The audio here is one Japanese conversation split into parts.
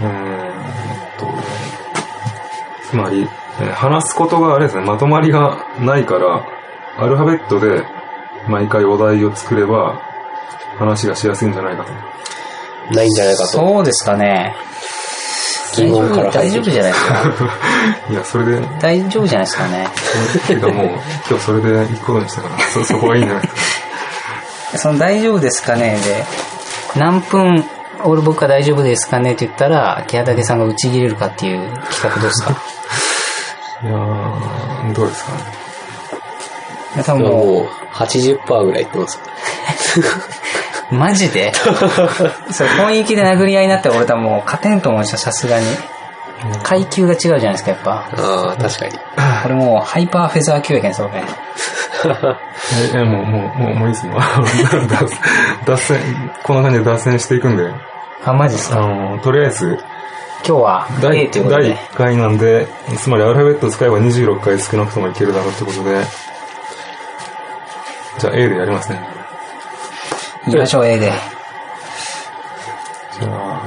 えーっと、つまり、えー話すことがあれですね、まとまりがないから、アルファベットで毎回お題を作れば、話がしやすいんじゃないかと。 ないんじゃないかと。そうですかね。疑大丈問から夫、入大丈る夫じゃないですか。いや、それで、大丈夫じゃないですかね。てかもう、 今日それで行くことにしたから、 そ、そこはいいんじゃないですか。その大丈夫ですかねで、何分、俺僕が大丈夫ですかねって言ったら、木畑さんが打ち切れるかっていう企画どうですかいやー、どうですかね。皆さんももう、80%ぐらいいってます。う、マジでそれ本意気で殴り合いになったら俺多分もう勝てんと思うでしょ、さすがに。階級が違うじゃないですか、やっぱ。ああ、確かに。俺もうハイパーフェザー級やけん、そうね。え、えもう、もう、もう、もういいっすもう 脱脱線、こんな感じで脱線していくんで、あ、マジですあかの、とりあえず、今日は A 第ということ第で。 1回なんで、つまりアルファベットを使えば26回少なくともいけるだろうってことで、じゃあ A でやりますね。行きましょう、A で。じゃあ、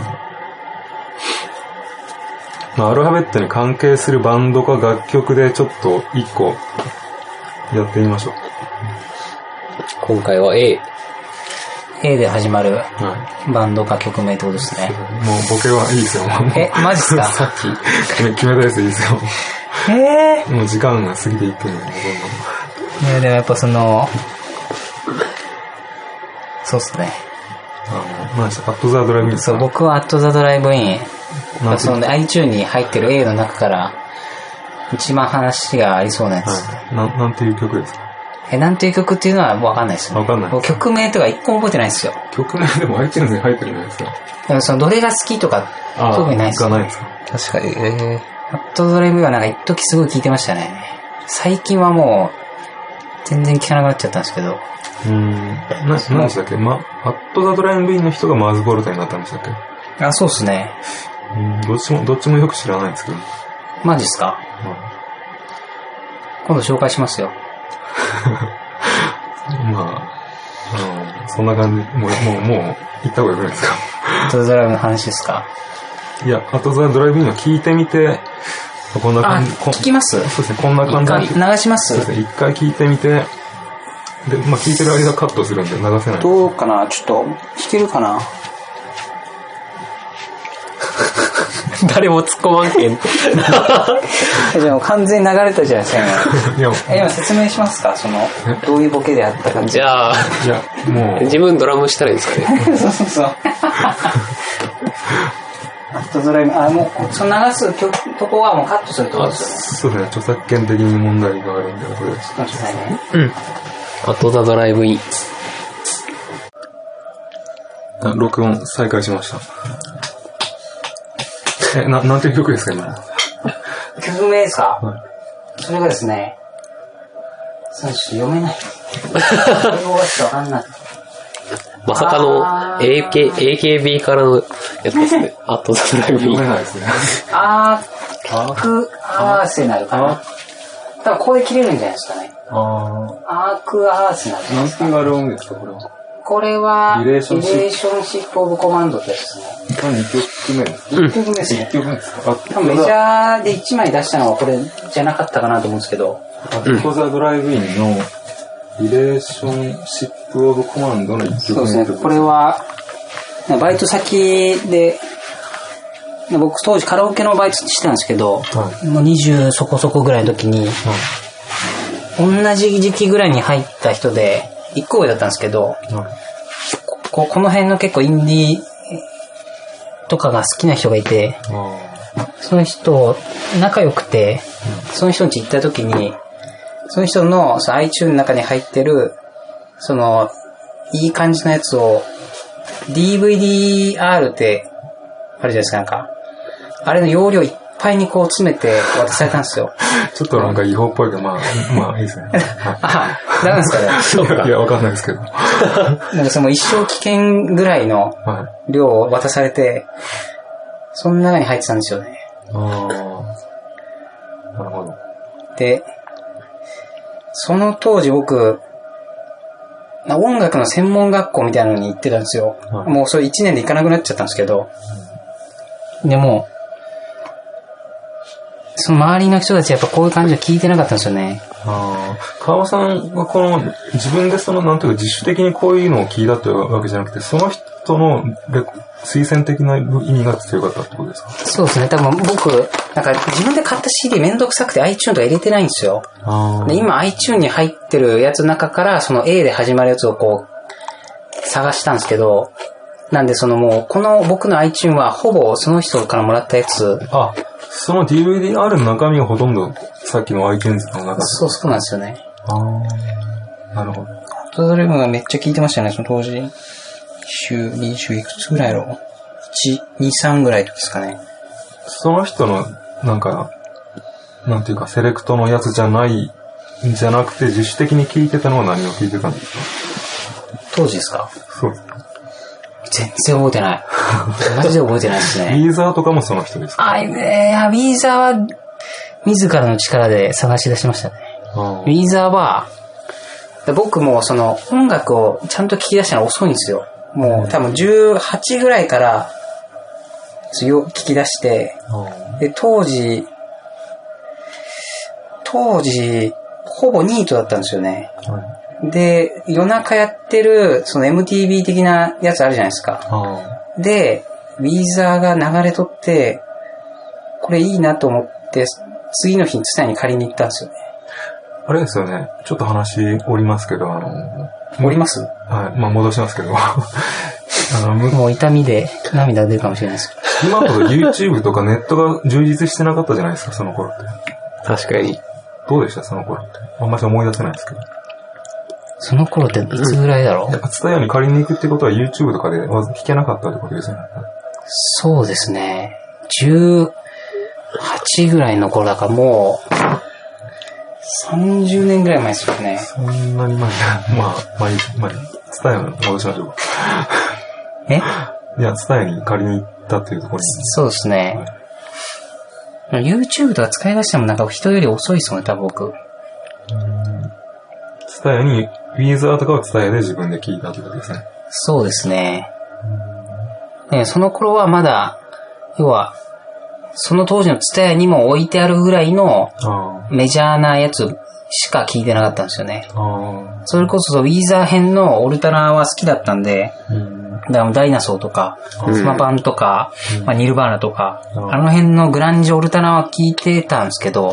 まあ、アルファベットに関係するバンドか楽曲でちょっと1個やってみましょう。今回は A。 A で始まるはい。バンドか曲名ってことですね。もうボケはいいですよ。もうえ、マジっす かさっき決め決めたやついいですよ。えもう時間が過ぎていってるんで、どんー、いやでもやっぱその、そうっすね。どん。あの、何でしたアットザドライブインそう、僕はアットザドライブイン、やっまぱその iTune に入ってる A の中から、一番話がありそうなやつ。はい。なん、なんていう曲ですかえ、なんていう曲っていうのはわかんないですね。わかんない僕曲名とか一個も覚えてないですよ。曲名でも iTunes に入ってるじゃないですか。でもその、どれが好きとか、あ特にないですがないですか。確かにね。 アットドライブはなんか一時すごい聞いてましたね。最近はもう、全然聞かなくなっちゃったんですけうど。ーん。な、なんでしたっけま、アットザドライブインの人がマーズボルトになったんでしたっけあ、そうっすね。うん、どっちも、どっちもよく知らないんですけど。マジっすかま今度紹介しますよ。あ、まあ、あの、そんな感じ。もう、もう、もう、行った方がよくないですかアットドライブの話ですかいや、あとザドライブインは聞いてみて、こんなあ感じ、、こん聞きますそうですね、こんな感一回じ。流しまそうですすね、一回聞いてみて、で、まあ聞いてる間カットするんで流せない。どうかなちょっと、弾けるかな誰も突っ込まんけん。でも完全に流れたじゃないですか、いや、 今。え、今説明しますかその、どういうボケであったか。 じゃあ、いや、もう、自分ドラムしたらいいですかね。そうそうそう。 アットドライブ、あ、もう、その流す曲とこはもうカットするってことですそうですね、著作権的に問題があるんで、これ。よね。ちょっと待ってねうん。アトザドライブイン。あ録音再開しました。え、な、なんていう曲ですか、今の。曲名ですかはそれがですね、それちょっと読め ない。英語がちょっとわかんない。まさかのあ AK AKB からのやつです ね。アトザドライブイ読めン。ないですね。アークアーセナルかな。多分ここで切れるんじゃないですかね。あー。アークアーセナル。なんていうアルバムですか、これは。これは、リレーションシップリレーションシップオブコマンドってやつですね。これ2曲目です。 1曲目ですね。曲目ですか。あ、多分メジャーで1枚出したのはこれじゃなかったかなと思うんですけど、アットザドライブインのリレーションシップオブコマンドの一そ曲うです目ね、これは、バイト先で、僕当時カラオケのバイトしてたんですけど、はもう20そこそこぐらいの時に、は同じ時期ぐらいに入った人で、1個上だったんですけど、い。はい。ここの辺の結構インディーとかが好きな人がいて、あその人、仲良くて、その人ん家行った時に、その人のその iTune の中に入ってる、その、いい感じのやつを、DVDR って、あるじゃないですか、なんか。あれの容量いっぱいにこう詰めて渡されたんですよ。ーちょっとなんか違法っぽいけど、 まあ、まあいいですね。はあ、ダメですかね。そうかい、い。や、わかんないですけど。はなんかその一生危険ぐらいのい。量を渡されて、その中に入ってたんですよね。ああ。なるほど。で、その当時僕、な音楽の専門学校みたいなのに行ってたんですよ。はいもうそれ1年で行かなくなっちゃったんですけど、でも、その周りの人たちはやっぱこういう感じは聞いてなかったんですよね。ああ、川尾さんはこの、自分でその、なんていうか、自主的にこういうのを聞いたというわけじゃなくて、その人のレコ推薦的な意味が強かったってことですかそうですね。多分僕、なんか自分で買った CD めんどくさくて iTune とか入れてないんですよ。あで、今 iTune に入ってるやつの中から、その A で始まるやつをこう、探したんですけど、なんでそのもう、この僕の iTune はほぼその人からもらったやつ、あ、その DVD-R の中身がほとんど、さっきの iTunes の中で。そうそうなんですよね。ああ、なるほど。トドリブがめっちゃ聞いてましたよね、その当時。週、2週いくつぐらいやろ ?1、2、3ぐらいですかね。その人の、なんか、なんていうか、セレクトのやつじゃない、じゃなくて、自主的に聞いてたのは何を聞いてたんですか当時ですかそう。全然覚えてない。 マジで覚えてないですね。 リーザーとかもその人ですかあ、えー、ウィーザーは、自らの力で探し出しましたね。あウィーザーは、で僕もその音楽をちゃんと聞き出したの遅いんですよ。もう多分18ぐらいから、よ、聞き出して、あ。で、当時、当時、ほぼニートだったんですよね。はいで、夜中やってる、その MTV 的なやつあるじゃないですか。ああ。で、ウィーザーが流れとって、これいいなと思って、次の日にツタヤに借りに行ったんですよね。あれですよね。ちょっと話おりますけど、あの、おりますはい。まあ、戻しますけど。 あの、むもう痛みで涙出るかもしれないですけど。今ほど YouTube とかネットが充実してなかったじゃないですか、その頃って。確かに。どうでした、その頃って。あんまり思い出せないですけど。その頃っていつぐらいだろう、やっぱ、伝えに借りに行くってことは YouTube とかでわざ聞けなかったってことですよね。そうですね。18ぐらいの頃だからもう、30年ぐらい前ですよね。そんなに前に、まあ、まあいい、まあいい。伝えに戻しましょうか。えいや、伝えに借りに行ったっていうところに。そうですね。YouTube とか使い出してもなんか人より遅いですもんね、多分僕。伝えに、ウィーザーとかは伝えで自分で聞いたってことですね。そうですね。ねその頃はまだ、要は、その当時のツタヤにも置いてあるぐらいのあメジャーなやつしか聞いてなかったんですよね。あ。あそれこそウィーザー編のオルタナは好きだったんで、あ。うん。だからダイナソーとか、うんスマパンとか、まあ、ニルバーナとか、うんあの辺のグランジオルタナは聞いてたんですけど、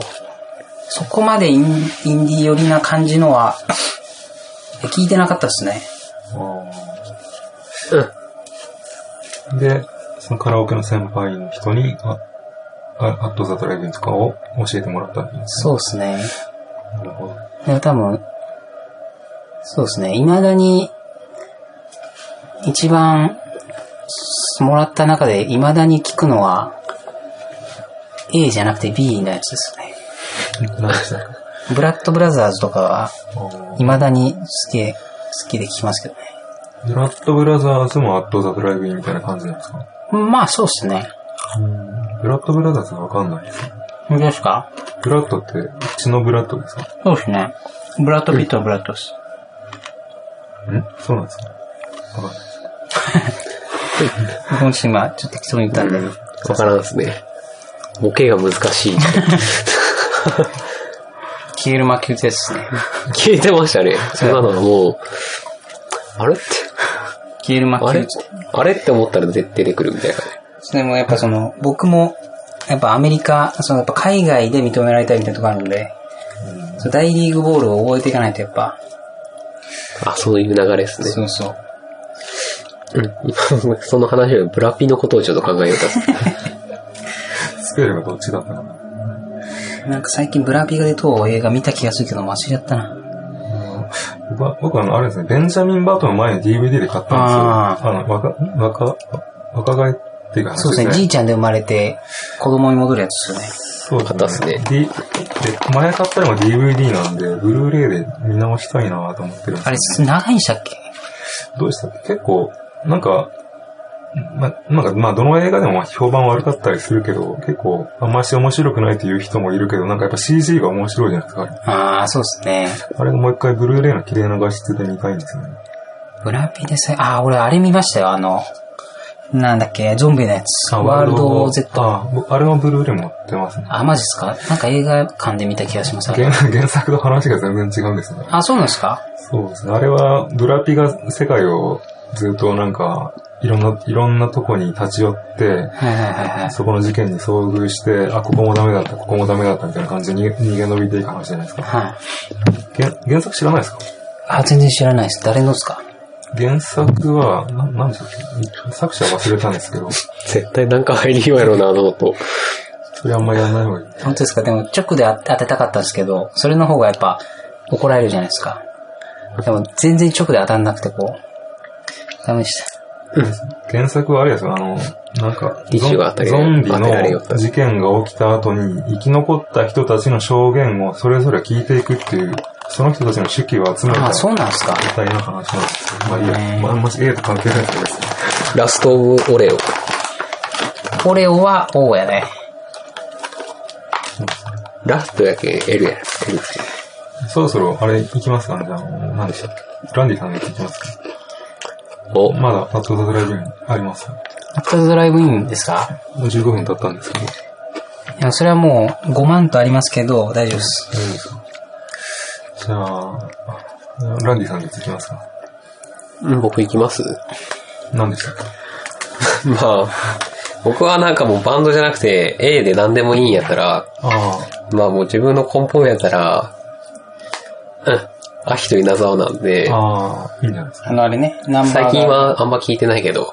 そこまでインインディー寄りな感じのは、聞いてなかったですね。ああ。うん。で、そのカラオケの先輩の人に、ああアットザトライブとかを教えてもらったんです。そうですね。なるほど。でも多分、そうですね、未だに、一番、もらった中で未だに聞くのは、A じゃなくて B のやつですね。何でしたかブラッドブラザーズとかは、 あ未だに好きで、好きで聞きますけどね。ーブラッドブラザーズもアットザトライブインみたいな感じなんですかまあ、そうですね。ブラッドブラザーズわかんないです。本当ですかブラッドって、うちのブラッドですかそうですね。ブラッドビットはブラッドです。んそうなんですかわかんないです。僕もちょっと今、ちょっと適当に言ったんで。わからんですね。ボケが難し い。消える魔球ですね。消えてましたね。そんなのはもう、あれって、消える魔球あれあれって思ったら絶対出てくるみたいな。でもやっぱその、僕も、やっぱアメリカ、そのやっぱ海外で認められたいみたいなところあるので、その大リーグボールを覚えていかないとやっぱ、あ、そういう流れですね。そうそう。うん その話はブラピのことをちょっと考えようとして。 スペルがどっちだったかな。なんか最近ブラピが出とう映画見た気がするけど忘れちゃったな。僕は、僕はあの、あれですね、ベンジャミン・バートンの前に DVD で買ったんですよ。ああの、若、若、若返っていうか、そうですね、じいちゃんで生まれて、子供に戻るやつですそう買ったっすね D、で、前買ったのが DVD なんで、ブルーレイで見直したいなと思ってるんですよね。あれ、長いんしたっけれどうでした結構、なんか、ま、なんか、まあ、どの映画でも評判悪かったりするけど、結構、あんまし面白くないという人もいるけど、なんかやっぱ CG が面白いじゃないですか。あれああ、そうですね。あれもう一回ブルーレイの綺麗な画質で見たいんですよね。ブラピでさ、ああ、俺あれ見ましたよ、あの、なんだっけ、ゾンビのやつ。あワールド Z。あ、ぼあれのブルーレイ持ってますね。あ、マジですかなんか映画館で見た気がします。あれ原原作と話が全然違うんですね。あ、そうなんですかそうですね。あれは、ブラピが世界をずっとなんか、いろんな、いろんなとこに立ち寄って、はいはいはいはい。そこの事件に遭遇して、あ、ここもダメだった、ここもダメだったみたいな感じで逃げ逃げ延びていく話じゃないですか。はい。原原作知らないですかあ、全然知らないです。誰のですか原作は、ななんでしたっけ作者は忘れたんですけど、絶対なんか入りようやろうな、あの音。それあんまやらない方がいい。本当ですかでも直で当てたかったんですけど、それの方がやっぱ怒られるじゃないですか。でも全然直で当たんなくてこう、ダメでした。原作はあれですよ、あの、なんか、リチューが当たりゾンビ当てられよのった事件が起きた後に、生き残った人たちの証言をそれぞれ聞いていくっていう、その人たちの手記を集めたあ、そうなんですかみたいな話なんですけど、まあいいへーや、まあ、あんまし A と関係ないですけどラストオブオレオ。オレオは王やね。ラストやけん、L や。L ですねそろそろ、あれ、行きますかね、じゃあ、あの何でしたっけランディさんのやつ行きますかお、まだ、タットザドライブインあります。アフタードライブインですかもう15分経ったんですけど、いや、それはもう5万とありますけど、大丈夫です。大丈夫ですかじゃあ、ランディさんのやつ行きますか僕行きます何でしたっけまあ、僕はなんかもうバンドじゃなくて、A で何でもいいんやったら、あまあもう自分の根本やったら、うん、秋と稲沢なんであ、、ああ、いいんじゃないですか。あの、あれね、ナンバー最が近、はあんま聞いてないけど、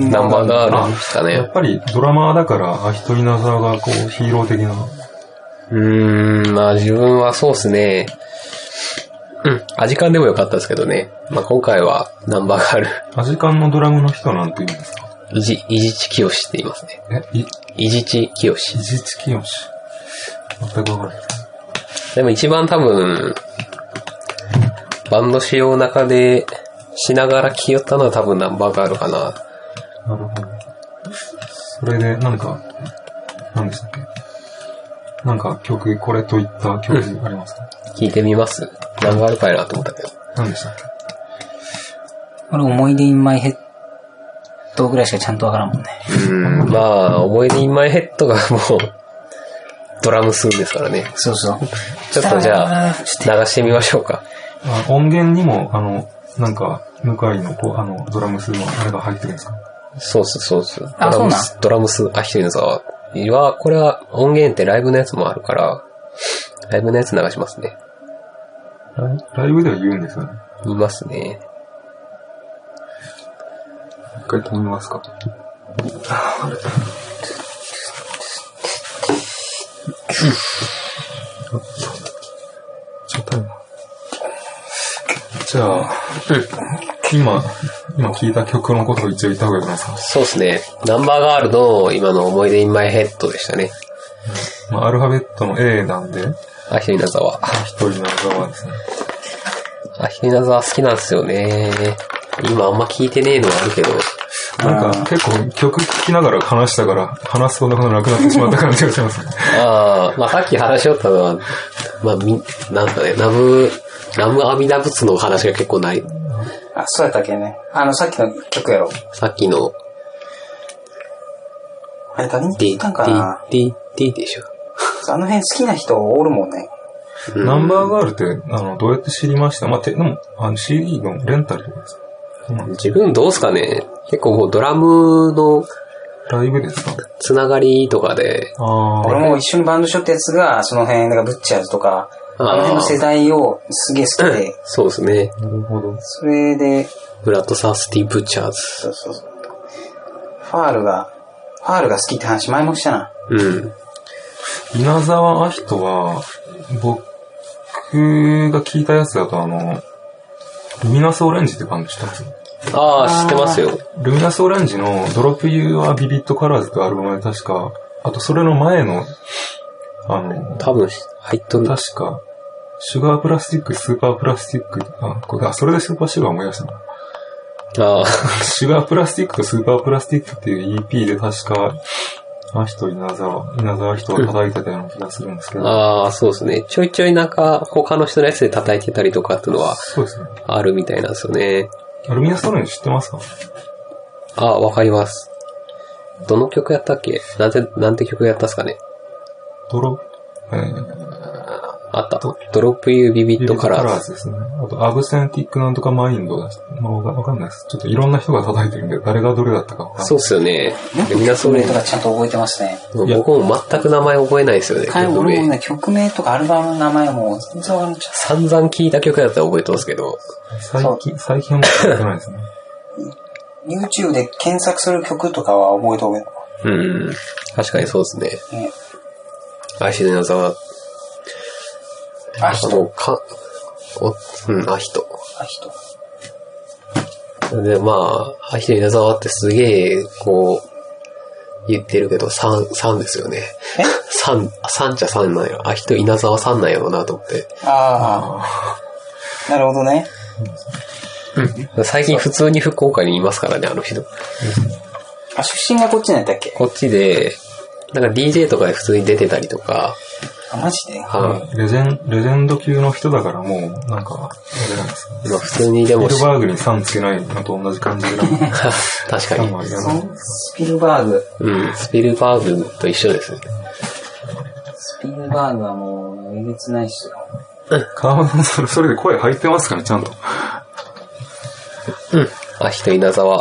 ナンバーガールですかやっね。ぱりドラマーだから、アヒトリナザがこうヒーロー的な。うーん、まあ自分はそうっすね。うん、アジカンでもよかったですけどね。まあ今回はナンバーガール、アジカンのドラムの人なんて言うんですかイジ、イジチキヨシって言いますね。え、い、イジチキヨシひ。じちきよし。全くわからない。でも一番多分、バンド使用中で、しながら聴きよったのは多分ナンバーガールかな。なるほど。それで、なんか、何でしたっけなんか曲、これといった曲ありますか聞いてみますナンバーガールかいなと思ったけど。何でしたっけ俺思い出インマイヘッドぐらいしかちゃんとわからんもんね。うん、まあ、思い出インマイヘッドがもう、ドラム数ですからね。そうそう。ちょっとじゃあ、ちょっと流してみましょうか。あ音源にも、あの、なんか、向井の、こう、あの、ドラムスのあれが入ってるんですかそうそうそうそう。あドラムそうなんスドラム数、あ、ひとりの沢は、これは音源ってライブのやつもあるから、ライブのやつ流しますね。ライライブでは言うんですよね。見ますね。一回止めますかちょっとじゃあ、今、今聞いた曲のことを一応言った方がよくないですそうですね。ナンバーガールの今の思い出インマイヘッドでしたね。か、まあ、アルファベットの A なんで、アヒルナザワ。一人の側はですね。アヒルナザワ好きなんですよね。今あんま聞いてねえのはあるけど。なんか結構曲聴きながら話したから、話すことがなくなってしまった感じがしますね。ああ、まあさっき話しよったのは、まあみ、なんかね、ナム、ナム阿弥陀仏の話が結構ない。あ、そうやったっけね。あの、さっきの曲やろ。さっきの、あれ、誰にデ聞いィ、デたんかィな、ディ、ディでしょ。あの辺好きな人おるもんね。うんナンバーガールって、あの、どうやって知りましたまあ、て、でも、あの、CD のレンタルとかですかそうなんです自分どうすかね結構もうドラムのライブですかつながりとかで、あ俺あ、も一緒にバンドしょったやつが、その辺、だからブッチャーズとか、ああーの辺の世代をすげえ好きで、 そうですね。なるほど。それで、ブラッドサースティ・ブッチャーズ。そうそうそう。ファールが、ファールが好きって話前もしたな。うん。稲沢アヒトは、僕が聞いたやつだと、あの、ルミナスオレンジってバンド知ってますああ、知ってますよ。ルミナスオレンジのドロップユーはビビットカラーズってアルバムで確か、あとそれの前の、あの、多分、入っとる。確か、シュガープラスチック、スーパープラスチック、あ、これ、あ、それでスーパーシュガー思い出したな。ああ、シュガープラスティックとスーパープラスティックっていう EP で確か、あ人稲沢、稲沢人を叩いてたような気がするんですけど。 ああ、そうですね。ちょいちょいなんか、他の人のやつで叩いてたりとかっていうのはそうですね。あるみたいなんですよね。ルミナストレンジ知ってますかあ、わかります。どの曲やったっけなんて、なんて曲やったっすかねドロップ、えーあった。ドロップユービビットカカララーーズ。ズですね。あと、アブセンティックなんとかマインドだし、まあ、わかわかんないです。ちょっといろんな人が叩いてるんで、誰がどれだったかわかんない。そうっすよね。みんなそ曲れ名と、かちゃんと覚えてますね。いや僕も全く名前覚えないですよね。彼曲俺も名ね、曲名とかアルバムの名前も全然わかんなちゃ散々聞いた曲だったら覚えてますけど、最近、最近はもうやってないですね。う。YouTube で検索する曲とかは覚えておけうん。確かにそうですばね。ね。アシのザは、アヒもト。うか、お、うん、アヒト。アヒト。で、まあ、アヒル稲沢ってすげえ、こう、言ってるけど、三、三ですよね。え三、三ちゃ三なんや。アヒル稲沢三なんやろうなと思って。ああ。なるほどね。最近普通に福岡にいますからね、あの人。あ、出身がこっちなんやったっけこっちで、なんか DJ とかで普通に出てたりとか、あ、マジではレジェン、レジェンド級の人だからもう、なんか、あれなんですか。い。まあ普通にでビもしル、バーグに3つけないのと同じ感じで、なんか、 確か多に分。あれだそな。うスピルバーグ。うん、スピルバーグと一緒ですね。スピルバーグはもう、えげつないっすよ。川村さん、それで声入ってますかね、ちゃんと。うん。アヒル稲沢。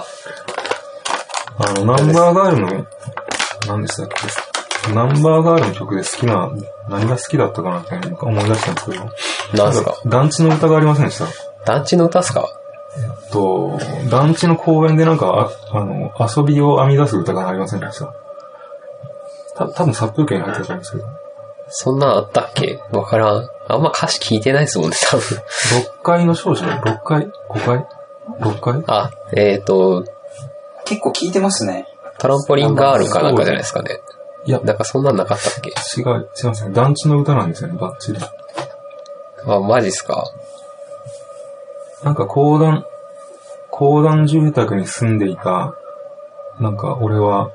あの、ナンバーガールの、何でしたっけナンバーガールの曲で好きな、何が好きだったかなって思い出したんですけど。なんすか団地の歌がありませんでした団地の歌っすかと、団地の公園でなんか、ああの、遊びを編み出す歌がありませんでしたた多分殺風景に入ってたと思うんですけど。そんなんあったっけわからん。あんま歌詞聞いてないですもんね、多分。 6階の少女 ?6 階 ?5 階 ?6 階あ、えっ、と、結構聞いてますね。トランポリンガールかなんかじゃないですかね。いや、違なんかそんなんなかったっけう、すいません。団地の歌なんですよね、バッチリ。あ、マジっすか。なんか公団、公団住宅に住んでいた、なんか俺は、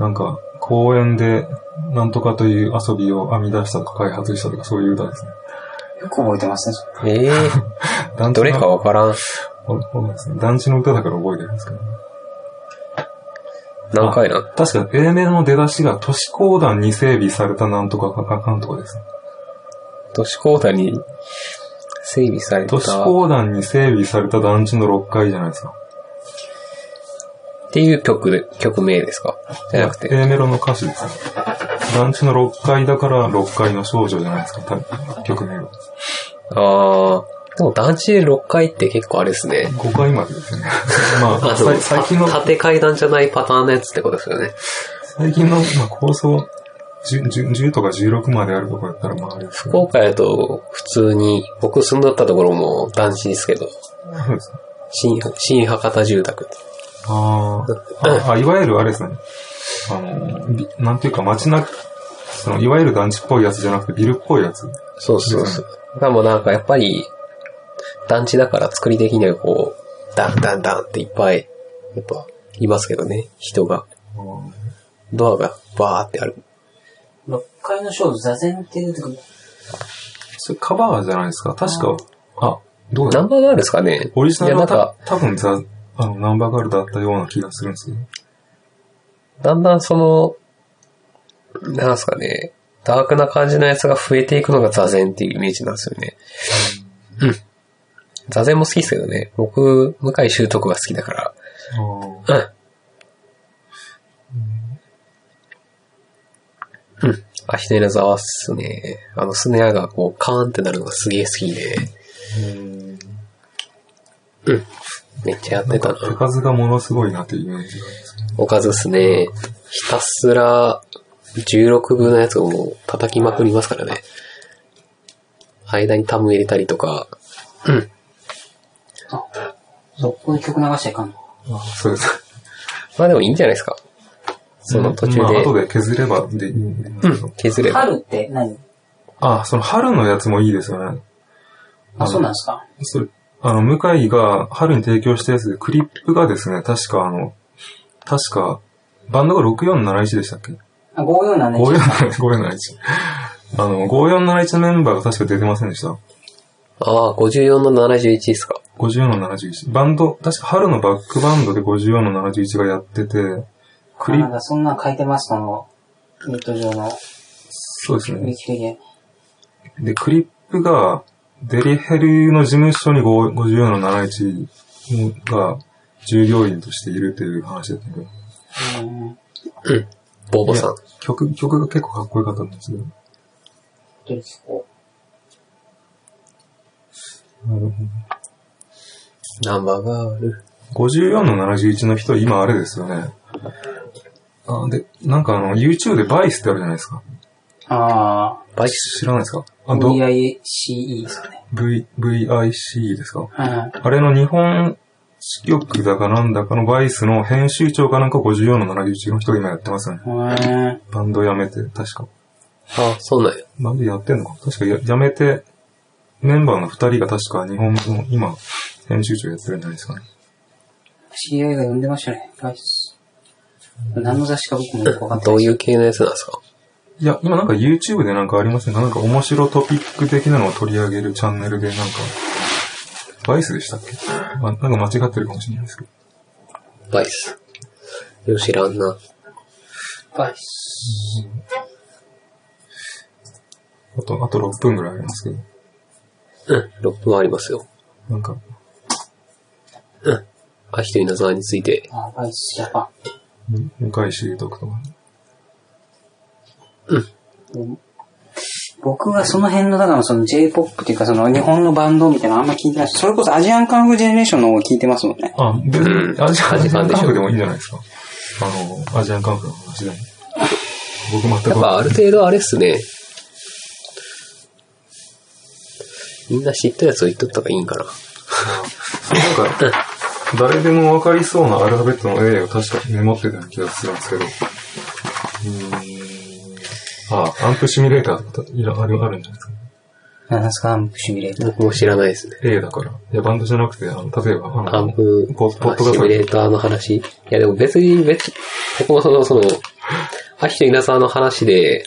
なんか公園でなんとかという遊びを編み出したとか開発したとかそういう歌ですね。よく覚えてますね。ええ 団地のどれかわからん。おそうですね。団地の歌だから覚えてるんですけど、何回なん確か A 面の出だしが都市公団に整備されたなんとかかかんとかですね。都市高台に整備された。都市っ公団に整備された団地の6階じゃないですか。ていう曲で、曲名ですかじゃなくて。 A メロの歌詞ですね。団地の6階だから6階の少女じゃないですか、た曲名が。あー。でも団地で6階って結構あれですね。 5階までですね。 まあ、あのさ、最近の、縦階段じゃないパターンのやつってことですよね。最近の、まあ、構想10、10 10とか16まであるとこだったら、まあ、あれですけ福ど。岡やと普通に、僕住んだったところも団地ですけど、そうですね新、新博多住宅。あーあ、あいわゆるあれですね。あの、びなんていうか街な、その、いわゆる団地っぽいやつじゃなくてビルっぽいやつ。そうそうそう。でもなんかやっぱり、団地だから作り的にはこう、ダンダンダンっていっぱい、やっぱ、いますけどね、人が。ドアがバーってある。 6階の少女、座禅って出てくる。それカバーじゃないですか。確か、あ、どうナだンバーガールですかねオリジナルいやなはんかた、多分ザ、あの、ナンバーガールだったような気がするんですけど。だんだんその、なんすかね、ダークな感じのやつが増えていくのが座禅っていうイメージなんですよね。うん。座禅も好きですけどね。僕、向井修徳が好きだかあーら。うん。うん。アヒネラザワっすね。あの、スネアがこう、カーンってなるのがすげえ好きで。うん。めっちゃやってたな。手数がものすごいなっていうイメージがあります。おかずっすね。ひたすら、16分のやつをもう叩きまくりますからね。間にタム入れたりとか。うん。そう、ここで曲流しちゃいかんの。あそうです。まあでもいいんじゃないですか。その途中で。まあ、後で削ればでいいんですけど。削れば。春って何あ、その春のやつもいいですよね。あ、そうなんですかそれ、あの、向井が春に提供したやつで、クリップがですね、確かあの、確か、バンドが6471でしたっけあ、54なんで。 ?5471、5471。あの、5471メンバーが確か出てませんでした。ああ、54の71ですか。 54の71。バンド、確か春のバックバンドで54の71がやってて、クあリなんかそんなん書いてます、この、ネット上の、そうですウィね。キペディで、クリップが、デリヘルの事務所に5 54の71が従業員としているという話だったけど、ア。うん。うん。ボーボさん。曲、曲が結構かっこよかったんですけど。なドリスコ。るほど。ナンバーガール。 54の71の人、今あれですよね。あ、で、なんかあの、YouTube でバイスってあるじゃないですか。あバイス。知らないですかあ、あ、ど、 VICE ですよね。 V、VIC ですかうん。あれの日本支局だかなんだかのバイスの編集長かなんか54の71の人が今やってますよね。うん。バンド辞めて、確か。あ、そうなんや。バンドやってんのか確かや辞めて、メンバーの二人が確か日本の今、編集長やってるんじゃないですかね。知り合いが読んでましたね。バイス。何の雑誌か僕もよくわかってどなうい。いう系のやつなんですかいや、今なんか YouTube でなんかありませんかなんか面白トピック的なのを取り上げるチャンネルでなんか、バイスでしたっけまなんか間違ってるかもしれないですけど。バイス。よ、知らんな。バイス。あと、あと6分ぐらいありますけど。うん。6分ありますよ。なんか、うん。あ、ひとりなざわについて。あ、バイスジャパ向井修徳とか。ン。うん僕がその辺の、だからその J-POP っていうかその日本のバンドみたいなのあんま聞いてないし、それこそアジアンカンフージェネレーションの方が聞いてますもんね。あ、別うにんアジアンアジアンでしょカンフーでもいいんじゃないですか。あの、アジアンカンフーの話でも。僕全く。やっぱある程度あれっすね。みんな知ったやつを言っとった方がいいんかな。なんか、誰でもわかりそうなアルファベットの A を確かメモってたような気がするんですけど。うーん。あアンプシミュレーターとかいらあるあるんじゃないですか。何ですかアンプシミュレーター。僕も知らないですね。 A だから。いや、バンドじゃなくて、あの、例えば、あアのン、プ、ポッポッあドシがミュレーターの話。いやでも別に、別、僕もその、その、アヒと稲沢の話で、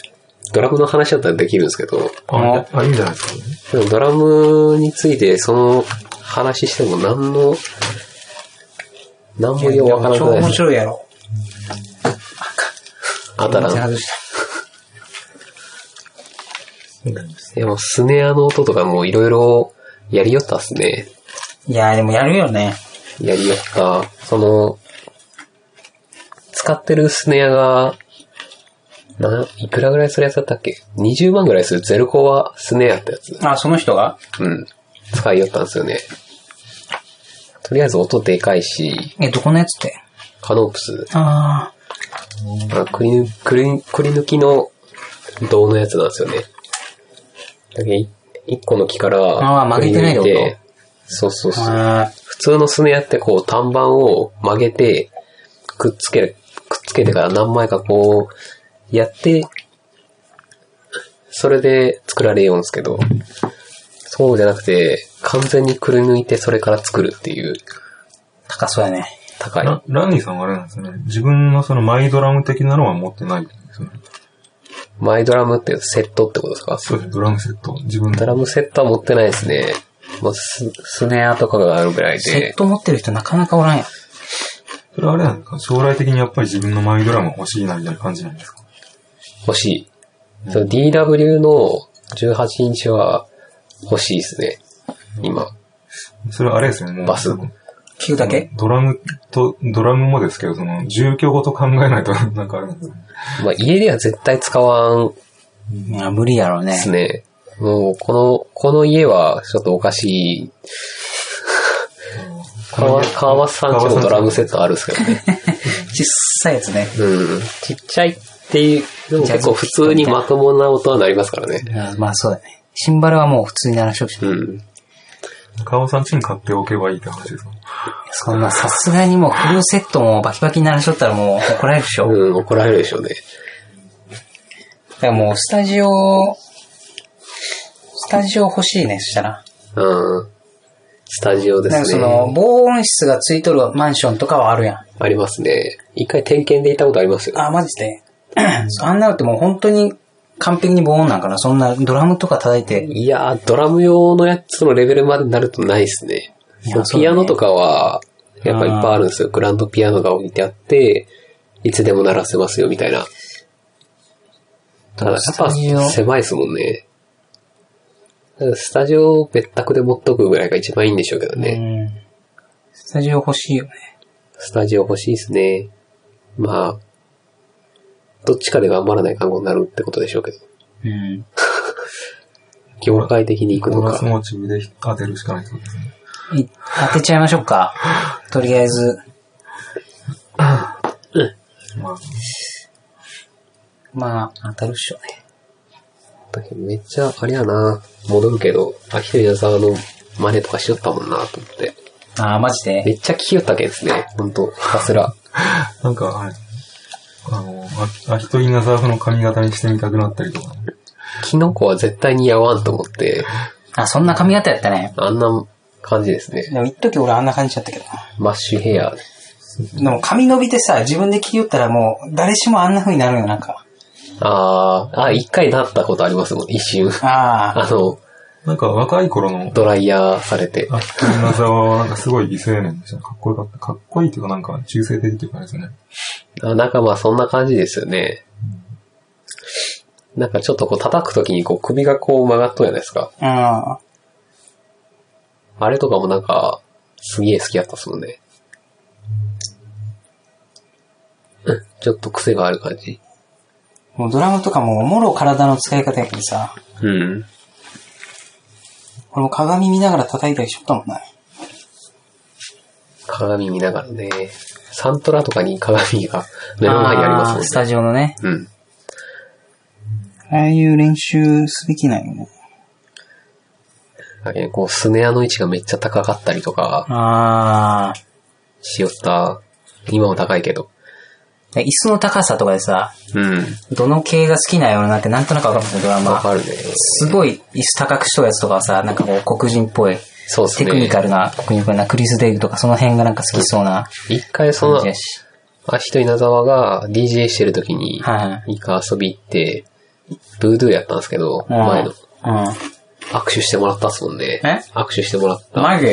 ドラムの話だったらできるんですけど、あ、あいいんじゃないですか、でもドラムについてその話しても何の、何もようわから超ない面です。白いやろ。当たらん。外いした。やもうスネアの音とかもいろいろやりよったっすね。いやーでもやるよね。やりよった。その、使ってるスネアが、な、いくらぐらいするやつだったっけ ?20 万ぐらいするゼルコアスネアってやつ。あ、その人がうん。使いよったんですよね。とりあえず音でかいし、え、どこのやつってカノープス、ああくりぬ、くり、くり抜きの銅のやつなんですよね。だけど一個の木かあーら曲げてないってこくとり抜いそうそうそう。あ。普通のスネアってこう、単板を曲げて、くっつける、くっつけてから何枚かこう、やって、それで作られようんですけど、そうじゃなくて、完全にくり抜いてそれから作るっていう、高そうやね。高い。ラランニーさんはあれなんですね。自分のそのマイドラム的なのは持ってないんですよね。マイドラムっていうセットってことですかそうですね、ドラムセット。自分ドの。ラムセットは持ってないですね。もうススネアとかがあるぐらいセでッ。ト持ってる人なかなかおらんやん。それあれなんですか将来的にやっぱり自分のマイドラム欲しいなみたいな感じなんですか欲しい。その DW の18インチは欲しいですね。今。それはあれですね、もう。バスその聞くだけドラムと、ドラムもですけど、その、住居ごと考えないと、 なんかあれなんですよね。まあ家では絶対使わんいや、無理やろうでねすね。もうこの、この家はちょっとおかし い。川川松さんちもドラムセットあるんですけど ね。小さいやつね。うん。ちっちゃいっていう、でも結構普通にまともな音はなりますからね。うんまあそうだね。シンバルはもう普通に鳴らしとくし、うん。川尾さんちに買っておけばいいって話ですかそんなさすがにもうフルセットもバキバキに鳴らしとったらもう怒られるでしょ。だうん、怒られるでしょうね。からもうスタジオ、スタジオ欲しいね、そしたら。うん。スタジオでなんかすそね。の、防音室がついとるマンションとかはあるやん。ありますね。一回点検で行ったことありますよ。あ、マジで。 そうあんなのってもう本当に完璧に防音なんかな。そんなドラムとか叩いて。いやー、ドラム用のやつのレベルまでなるとないですね。いやそうそうねピアノとかは、やっぱいっぱいあるんですよ。グランドピアノが置いてあって、いつでも鳴らせますよ、みたいな。ただ、やっスぱタジオ狭いですもんね。だからスタジオを別宅で持っとくぐらいが一番いいんでしょうけどね。うん。スタジオ欲しいよね。スタジオ欲しいですね。まあ、どっちかで頑張らない看護になるってことでしょうけど。うん。業界的に行くボのーナスか。モチブで当てるしかないってことですね。い当てちゃいましょう か。とりあえず。まあ、まあ、当たるっしょね。だけどめっちゃ、あれやな、戻るけど、秋と矢沢の真似とかしよったもんな、と思って。ああ、マジめで。っちゃ聞きよったけんですね。ほん と、ひたすら。なんか、あれ、あの、あアヒトイナザーフの髪型にしてみたくなったりとか、ね、キノコは絶対にやわんと思って、あ、そんな髪型やったね。あんな感じですね。でも、一時俺あんな感じだったけどマッシュヘア。な。でも、髪伸びてさ、自分で切り寄ったらもう、誰しもあんな風になるよ、なんか。あー、あ、一回なったことありますもん、一 瞬。ああ、あの、なんか若い頃のドライヤーされて。アヒトイナザーはなんかすごい美青年でしたね。かっこよかった。かっこいいというかなんか中性的というかですね。あなんかまあそんな感じですよね。なんかちょっとこう叩くときにこう首がこう曲がっとるじゃないですか。うん。あれとかもなんか、すげえ好きやったっすもんね。うんちょっと癖がある感じ。もうドラムとかも、もろ体の使い方やけどさ、うん。俺も鏡見ながら叩いたりしょったもんな。鏡見ながらね。サントラとかに鏡が目の前にありますもんーねス。タジオのね。うん。ああいう練習すべきなんよね。だけどこうスネアの位置がめっちゃ高かったりとかああ。しよった。今も高いけど。で椅子の高さとかでさ、うん。どの系が好きなんやろうなってなんとなくわかるんですよ、ドラわマ。かるね。すごい椅子高くしとるやつとかはさ、なんかこう黒人っぽい、そうですテね。クニカルな、黒人っぽいな、クリス・デイルとかその辺がなんか好きそうな一回そ感のじや、し。あ、ひと稲沢が DJ してる時に、は一回遊び行って、ブードゥーやったんですけど、い。前の。う握手してもらったっすもんね。え握手してもらっん。た。マジ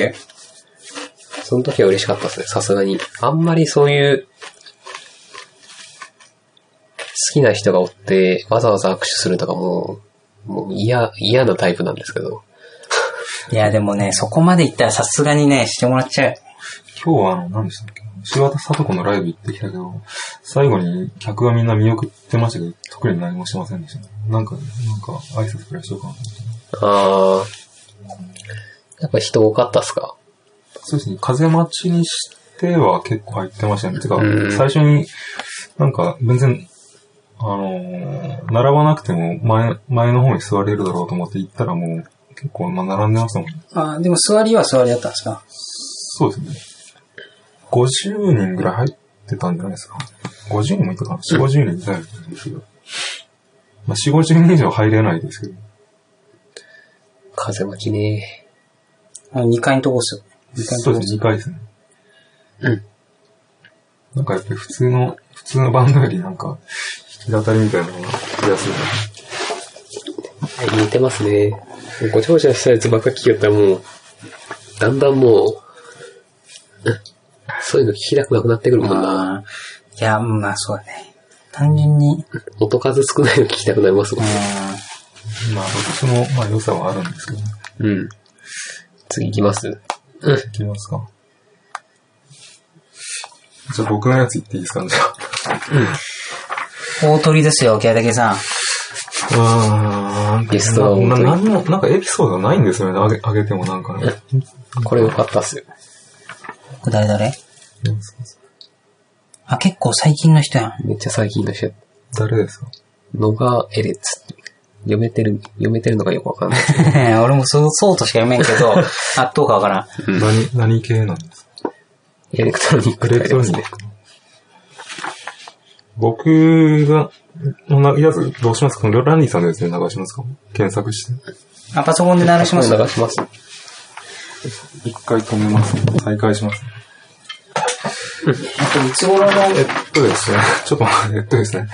その時は嬉しかったっすね、さすがに。あんまりそういう、好きな人がおって、わざわざ握手するとかもう、もう嫌、嫌なタイプなんですけど。いや、でもね、そこまで行ったらさすがにね、してもらっちゃう。今日はあの、何でしたっけ柴田聡子のライブ行ってきたけど、最後に客がみんな見送ってましたけど、特に何もしてませんでしたね。なんか、なんか挨拶くらいしようかなと思って。あー。やっぱ人多かったっすかそうですね、風待ちにしては結構入ってましたね。てかうん、最初に、なんか、全然、あのー並ばなくても前、前の方に座れるだろうと思って行ったらもう、結構、まあ、並んでましたもんね。あでも座りは座りだったんですかそうですね。50人ぐらい入ってたんじゃないですか。50人もいたかな ?4、50人いたんですけど。まあ、4、50人以上入れないですけど。風巻きね。あの、2階のとこっすよ。二階のとそうでこっすすね、2回ですね。なんかやっぱり普通の、普通のバンドよりなんか、弾き語りみたいなのが気がする。似てますね。ごちゃごちゃしたやつばっか聞きよったらもう、だんだんもう、うんそういうの聞きたくなくなってくるもんな。あーいや、うんまあそうだね。単純に、音数少ないの聞きたくなりますもん。うまあ、どっちも、まあ、良さはあるんですけど、ね、うん。次行きますうん。いきますか。じゃあ僕のやつ言っていいですかね、じゃあ。ん。大鳥ですよ、キャラだけさん。うーん。ゲストは本当なにななんも、なんかエピソードがないんですよね、あげあげてもなんかね。これ良かったっすよ。これ誰誰あ、結構最近の人やん。めっちゃ最近の人や。誰ですかノガエレツ。読めてる、読めてるのがよくわかん ない。 俺もそう、そうとしか読めんけ ど、あどうかわからん。うん何、何系なんですかエレクトロニックエってレクト書いてロますニねッ。ク。僕が、こんなやつどうしますかランディさんのやつで流しますか検索して。あ、パソコンで鳴らしますこれ流します。一回止めます。再開します。あといつ頃の、えっとですね、ちょっと待って、えっとですね。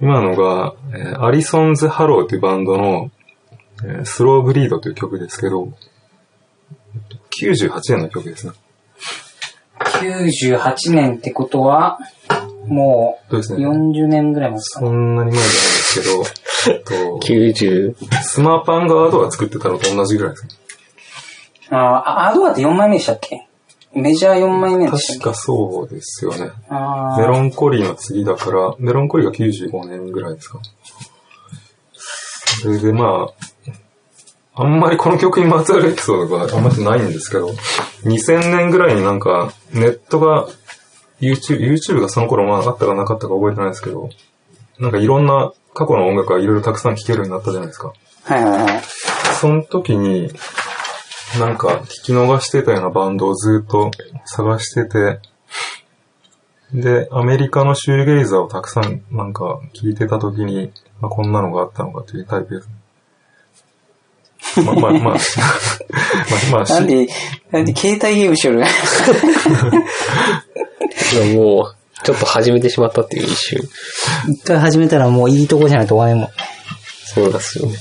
今のが、えーアリソンズ・ハローというバンドの、えースローブリードという曲ですけど、えっと98年の曲ですね。 98年ってことは、もう、そうですね40年ぐらい前ですかねそんなに前じゃないですけど、えっと90。スマパンがアドが作ってたのと同じぐらいですね。ああ、アドアって4枚目でしたっけメジャー4枚目でしたっけ確かそうですよね。あメーロンコリーの次だから、メロンコリーが95年ぐらいですか。それでまあ、あんまりこの曲にまつわるエピソードがあんまりないんですけど、2000年ぐらいになんか、ネットが、YouTube、YouTube がその頃まああったかなかったか覚えてないですけど、なんかいろんな過去の音楽がいろいろたくさん聴けるようになったじゃないですか。はいはいはい。その時に、なんか聞き逃してたようなバンドをずっと探してて、で、アメリカのシューゲイザーをたくさんなんか聞いてた時に、まあ、こんなのがあったのかというタイプです。まあまあ まあ、まあまあ、なんしで、なんで携帯ゲームしよるでももう、ちょっと始めてしまったっていう一瞬。 一回始めたらもういいとこじゃないと終われんもん。そうですよね。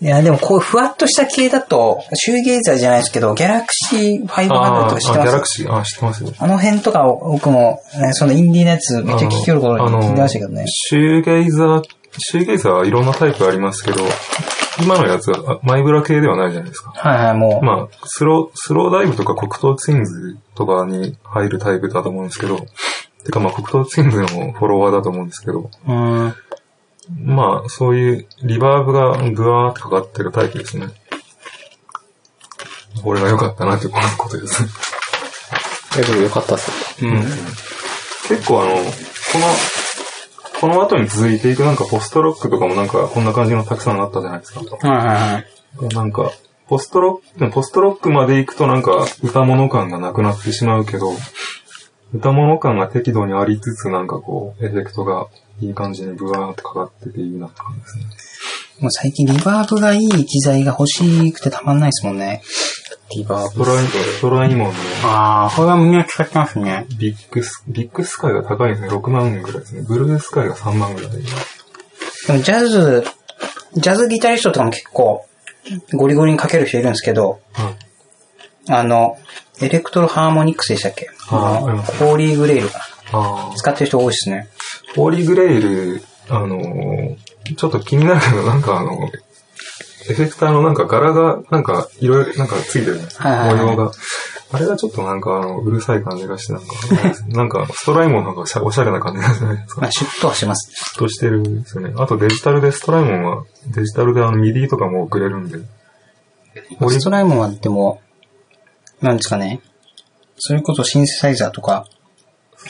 いや、でもこういうふわっとした系だと、シューゲイザーじゃないですけど、ギャラクシー500あーとあ、か知ギってャラまクすシー、あ、知ってますよ。あの辺とかを僕も、ね、そのインディーのやつめっちゃ聞きよる頃に聞いてましたけどあねの。シューゲイザー、シューゲイザーはいろんなタイプありますけど、今のやつはあマイブラ系ではないじゃないですか。はいはい、もう。まあ、スロー、スローダイブとか黒糖ツインズとかに入るタイプだと思うんですけど、てかまあ黒糖ツインズのフォロワーだと思うんですけど、うーん。まあそういうリバーブがグワーってかかってるタイプですね。これが良かったなってこのことです。えでもよかったっすね。うん。結構あの、この、この後に続いていくなんかポストロックとかもなんかこんな感じのたくさんあったじゃないですか。はいはいはい。なんか、ポストロック、でもポストロックまで行くとなんか歌物感がなくなってしまうけど、歌物感が適度にありつつなんかこう、エフェクトがいい感じにブワーってかかってていいなって感じですね。もう最近リバーブがいい機材が欲しくてたまんないですもんね。リバーストライ、ストライモンのああ、これはみんな使ってますね。ビッグス、ビッグスカイが高いんですね。6万円ぐらいですね。ブルースカイが3万ぐらい。でもジャズ、ジャズギタリストとかも結構、ゴリゴリにかける人いるんですけど、はい。あの、エレクトロハーモニクスでしたっけあーありのますホーリーグレイルかな。ああ。使ってる人多いですね。ホーリーグレイル、あのーちょっと気になるのが、なんかあの、エフェクターのなんか柄が、なんかいろいろ、なんかついてるじゃないですかはいはいはい模様が。あれがちょっとなんかあの、うるさい感じがして、なんか、なんかストライモンなんかおしゃおしゃれな感じがしないですか。まあ、シュッとはします。ふっとしてるんですよね。あとデジタルで、ストライモンは、デジタルであの、ミディとかも送れるんで。ホーリストーライムはでも、なんですかね。それこそシンセサイザーとか、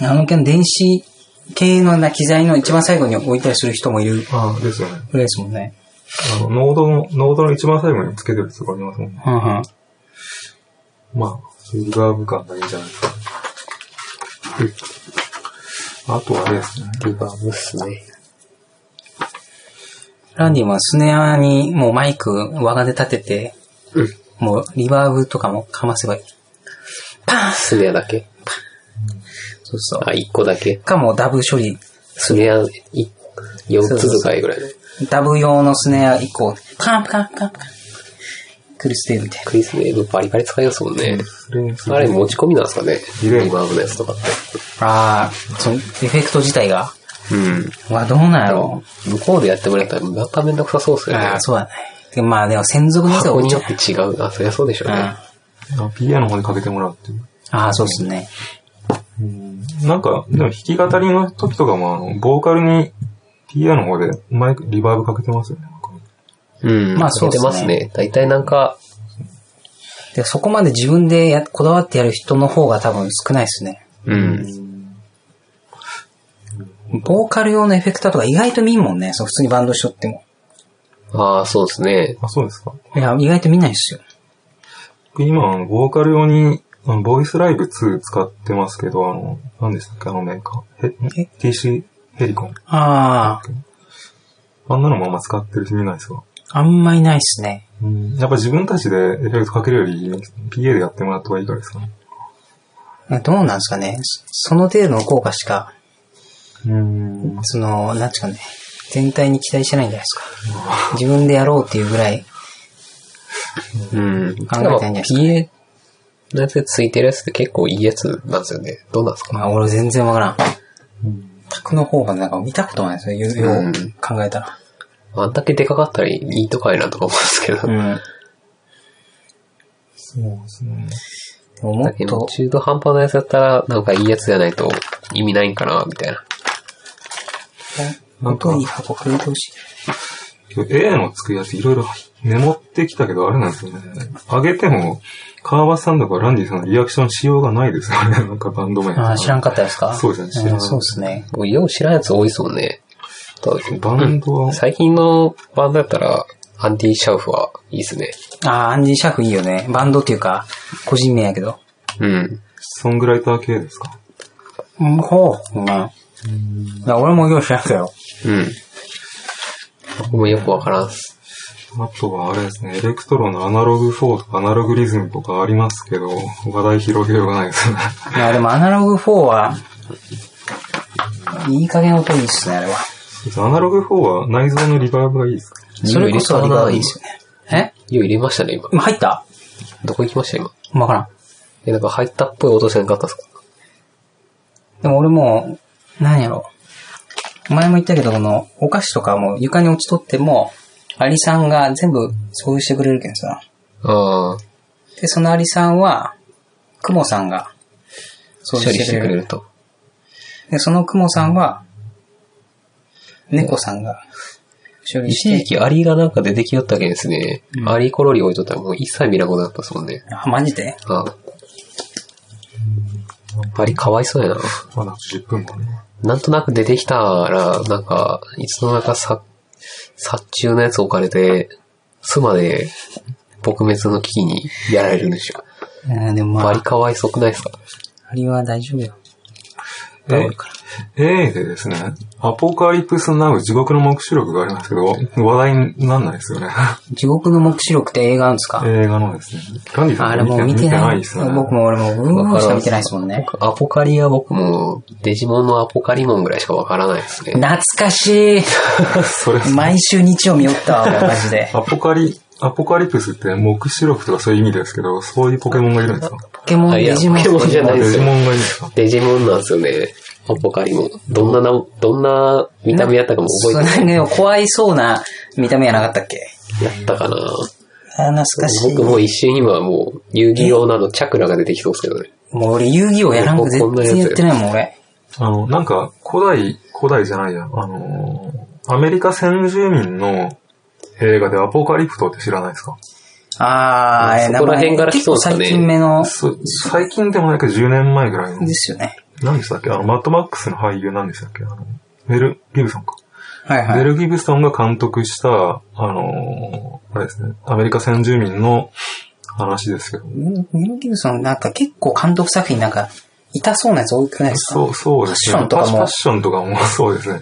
あの件電子系のな機材の一番最後に置いたりする人もいるああ、ですよね。ぐらいですもんね。あの、ノードの、ノードの一番最後につけてる人がありますもんね。うんうん。まあ、そういうガーブ感がいいんじゃないですか。であとはあれですね。ブ。リバーブっすね。ランディはスネアにもうマイク輪がで立てて、うんもうリバーブとかもかませばいい。スネアだけ。そうそう。あ、1個だけ。かもうダブ処理、スネアい4つとかいぐらいの。ダブ用のスネア以降、カンカンカンカン。クリステーみたいな。クリスネーブバリバリ使いますもんね。それにすごあいれ持ち込みなんですかね。リレーリバーブのやつとかって。ああ、そのエフェクト自体が。うん。うわ、どうなんやろ向こうでやってもらったらまためんどくさそうっすう。よね。ああ、そうだね。でまあでも専属のやつが箱多いにじよゃんっ。て違う。あ、そりゃそうでしょうね。あ PA の方にかけてもらうっていう。あー、そうですね。なんか、でも弾き語りの時とかも、あの、ボーカルに PA の方でマイク、リバーブかけてますよね。なんかうん。まあかけてますそうっね。大体なんか、で、そこまで自分でやこだわってやる人の方が多分少ないですね。うん。ボーカル用のエフェクターとか意外と見んもんね。そう、普通にバンドしとっても。ああ、そうですね。あ、そうですか。いや、意外と見ないですよ。僕今、あのボーカル用に、あのボイスライブ2使ってますけど、あの、何でしたっけ、あのメーカー。へ TC ヘリコン。ああんなのもあんま使ってる人見ないですかあ、あんまいないですね。うんやっぱ自分たちでエフェクトかけるより、PA でやってもらった方がいいからですかね。えどうなんですかね。そその程度の効果しか、うん。その、なんちゅうかね、全体に期待してないんじゃないですか。自分でやろうっていうぐらい、うん。考ただまえあてんじゃないです PA のやつでついてるやつって結構いいやつなんですよね。どうなんですかまあ、俺全然わからん。卓の方がなんか見たことないですね、よよう考えたら。あんだけでかかったらいいとかいなとか思うんですけど。うん。そうですね。でももだっけど、と、中途半端なやつだったら、なんかいいやつじゃないと意味ないんかな、みたいな。本当にいい箱くれてほしい。 A のつくやついろいろメモってきたけど、あれなんですよね。上げても、川端さんとかランディさんのリアクションしようがないですよね。 なんかバンド名。ああ、知らんかったですかそうですね知らなかんったそうですね。もうよう知らんやつ多いですもんね。バンドは、最近のバンドだったら、アンディ・シャウフはいいですね。ああ、アンディ・シャフいいよね。バンドっていうか、個人名やけど。うん。ソングライター系ですかうん、ほう。うん。いや、俺もよう知らんけど。うん。僕もよくわからんっす。あとはあれですね、エレクトロのアナログ4とかアナログリズムとかありますけど、話題広げようがないですね。 いや、でもアナログ4は、いい加減音いいっすね、あれは。アナログ4は内蔵のリバーブがいいですかそれこそリバーブいいっすよね。えよう入れましたね、今。今入ったどこ行きました、今。わからん。え、なんか入ったっぽい音せんかったっすかでも俺もう、なんやろ。前も言ったけど、この、お菓子とかも床に落ちとっても、アリさんが全部そういうしてくれるけんさ。ああ、で、そのアリさんは、クモさんが、そう処い理うししててくれくれるる。と。で、そのクモさんは、猫さんが、処理一時して、期アリがなんか出てきよったわけですね。アリコロリ置いとったらもう一切見なくなったっすもんね。あ、マジでああ。アリかわいそうやな。まだ10分もね。なんとなく出てきたら、なんか、いつの間にかさ、殺虫のやつ置かれて、巣まで撲滅の危機にやられるんでしょ。うん、でもまアリあ、かわいそうくないですかアリは大丈夫よ。え、A でですね、アポカリプスナウ地獄の目視録がありますけど、話題になんないですよね。地獄の目視録って映画あるんですか映画のですね。ランディあされんももう見見てて見てなないいですよね。僕も俺もブームしか見てないですもんね。僕アポカリは僕も、デジモンのアポカリモンぐらいしかわからないですね。懐 かしいそれ、毎週日曜見よったわ、俺マジで。アポカリ、アポカリプスって目視録とかそういう意味ですけど、そういうポケモンがいるんですかポケモン、あいやデジモポンケモンじゃないデですジよモンがいるんですかデジモンなんですよね。アポカリモン。どんなな、どんな見た目やったかも覚えてそれね怖いそうな見た目やなかったっけない。やったかなあ懐かしい。僕もう一瞬今もう、遊戯王などチャクラが出てきそうですけどね。もう俺遊戯王やらんもくうこん絶なやつ対やってないもん、俺。あの、なんか、古代、古代じゃないや、あのー、アメリカ先住民の映画でアポカリプトって知らないですかあー、えーそこら辺から来結そうですか構ね最近目の、そ最近でもないけど10年前ぐらいので、すよね。何でしたっけあの、マットマックスの俳優何でしたっけあの、ベル・ギブソンか。はいはベい。ル・ギブソンが監督した、あのー、あれですね、アメリカ先住民の話ですけど、ネル・ギブソンなんか結構監督作品なんか痛そうなやつ多くないですかそう、そうですファッションとかもファッションとかもそうですね。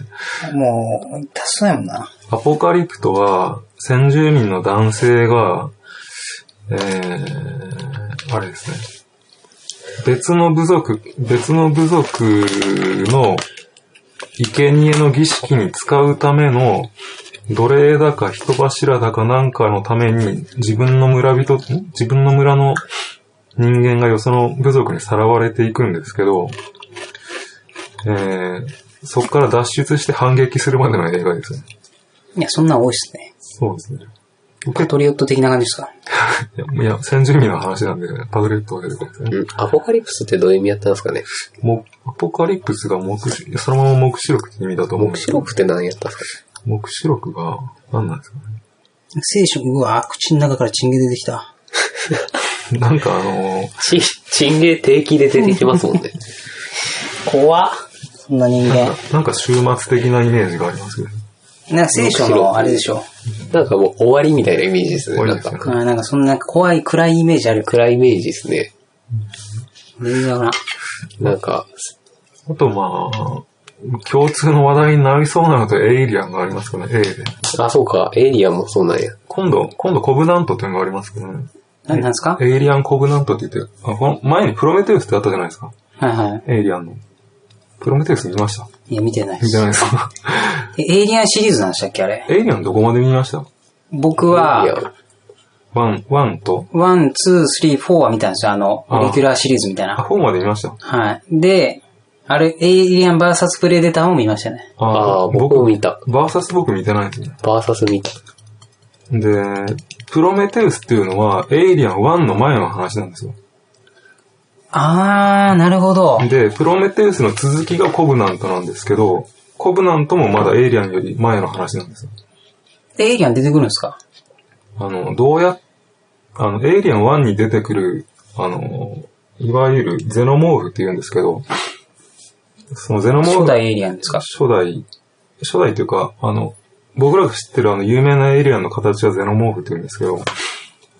もう、痛そうやもんな。アポカリプトは、先住民の男性が、えー、あれですね。別の部族、別の部族の生贄の儀式に使うための奴隷だか人柱だかなんかのために自分の村人、ん自分の村の人間がよその部族にさらわれていくんですけど、えー、そこから脱出して反撃するまでの映画ですね。いや、そんなん多いっすね。そうですね。パトリオット的な感じですかいや、いや先住民の話なんで、パドレットが出てくるんですね。うん。アポカリプスってどういう意味やったんですかねもアポカリプスが目視、そのまま目視録って意味だと思うん目です視けど、録って何やったんです目視録が、何なんですかね。聖書、うわ、口の中からチンゲ出てきた。なんかあのー、かち、 チンゲ定期で出てきますもん ね。怖っ。そんな人間。 なんか終末的なイメージがありますけど、なんか聖書のあれでしょ。なんかもう終わりみたいなイメージですね。終わなりでんすねか、うんなんかそんな怖い暗いイメージあるよ。暗いイメージですね。全然わからん。なんか、あとまあ、共通の話題になりそうなのとエイリアンがありますからね、A で。あ、そうか、エイリアンもそうなんや。今度、今度コブナントっていうのがありますけどね。何なんですかエイリアンコブナントって言って、あこの前にプロメテウスってあったじゃないですか。はいはエイリアンの。プロメテウス見ましたい。いや、見てないで見てす。ないですか えエイリアンシリーズなんでしたっけあれ。エイリアンどこまで見ました僕エイはリ、アンワン、ワンと、ワン、ツー、スリー、フォーは見たんですよ。あの、ああレギュラーシリーズみたいあ、な。フォーまで見ました。はい。で、あれ、エイリアン VS プレデターも見ましたね。あああ、僕も見た。バーサス僕見てないんですね。バーサス見た。で、プロメテウスっていうのは、エイリアン1の前の話なんですよ。あー、なるほど。で、プロメテウスの続きがコブナントなんですけど、コブナントもまだエイリアンより前の話なんですよ。エイリアン出てくるんですかあの、どうや、あの、エイリアン1に出てくる、あの、いわゆるゼノモーフって言うんですけど、そのゼノモーフ。初代エイリアンですか初代、初代というか、あの、僕らが知ってるあの有名なエイリアンの形はゼノモーフって言うんですけど、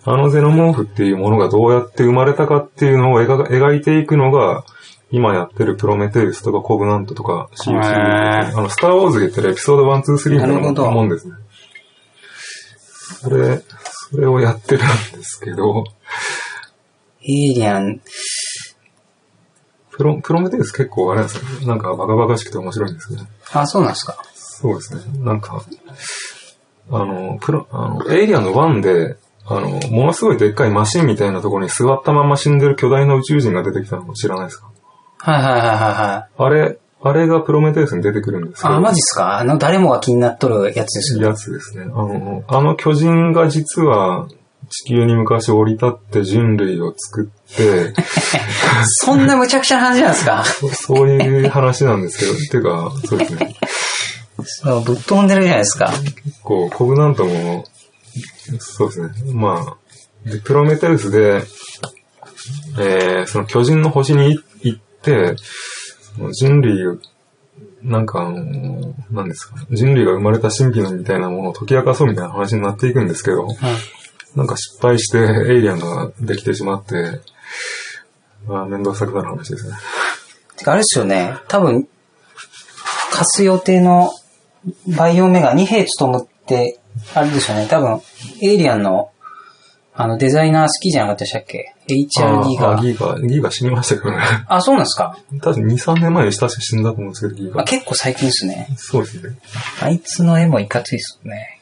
あのゼノモーフっていうものがどうやって生まれたかっていうのを描か描いていくのが、今やってるプロメテウスとかコブナントとか CUC とへか、あの、スターウォーズで言ってるエピソード1、2、3みたいなるほどなもんですね。それ、それをやってるんですけど、エイリアン、プロ、プロメテウス結構あれなんですよね。なんかバカバカしくて面白いんですけど。あ、そうなんですかそうですね。なんか、あの、プロ、あの、エイリアンの1で、あの、ものすごいでっかいマシンみたいなところに座ったまま死んでる巨大な宇宙人が出てきたのも知らないですかはいはいはいはいはい。あれ、あれがプロメテウスに出てくるんですけど。あ、マジっすかあの、誰もが気になっとるやつですよ。やつですね。あの、あの巨人が実は地球に昔降り立って人類を作って、 そんな無茶苦茶な話なんですかそそういう話なんですけど、てか、そうですね。そうぶっ飛んでるじゃないですか。こう、コブナントも、そうですね。まあ、でプロメテウスで、えー、その巨人の星に行って、その人類を、なんかあの、なんですか、人類が生まれた神秘のみたいなものを解き明かそうみたいな話になっていくんですけど、なんか失敗してエイリアンができてしまって、まあ、面倒くさくなる話ですね。てか、あれですよね。多分、貸す予定のバイオメガ2兵と思って、あれですよね。多分、エイリアンの、あの、デザイナー好きじゃなかったでしたっけ ?HRD あがー。ギーガ、ギーガ死にましたけどね。 あ、そうなんですか、確か2、3年前に親しく死んだと思うんですけど、ギーまあ、ガ。結構最近ですね。そうですね。あいつの絵もいかついっすね。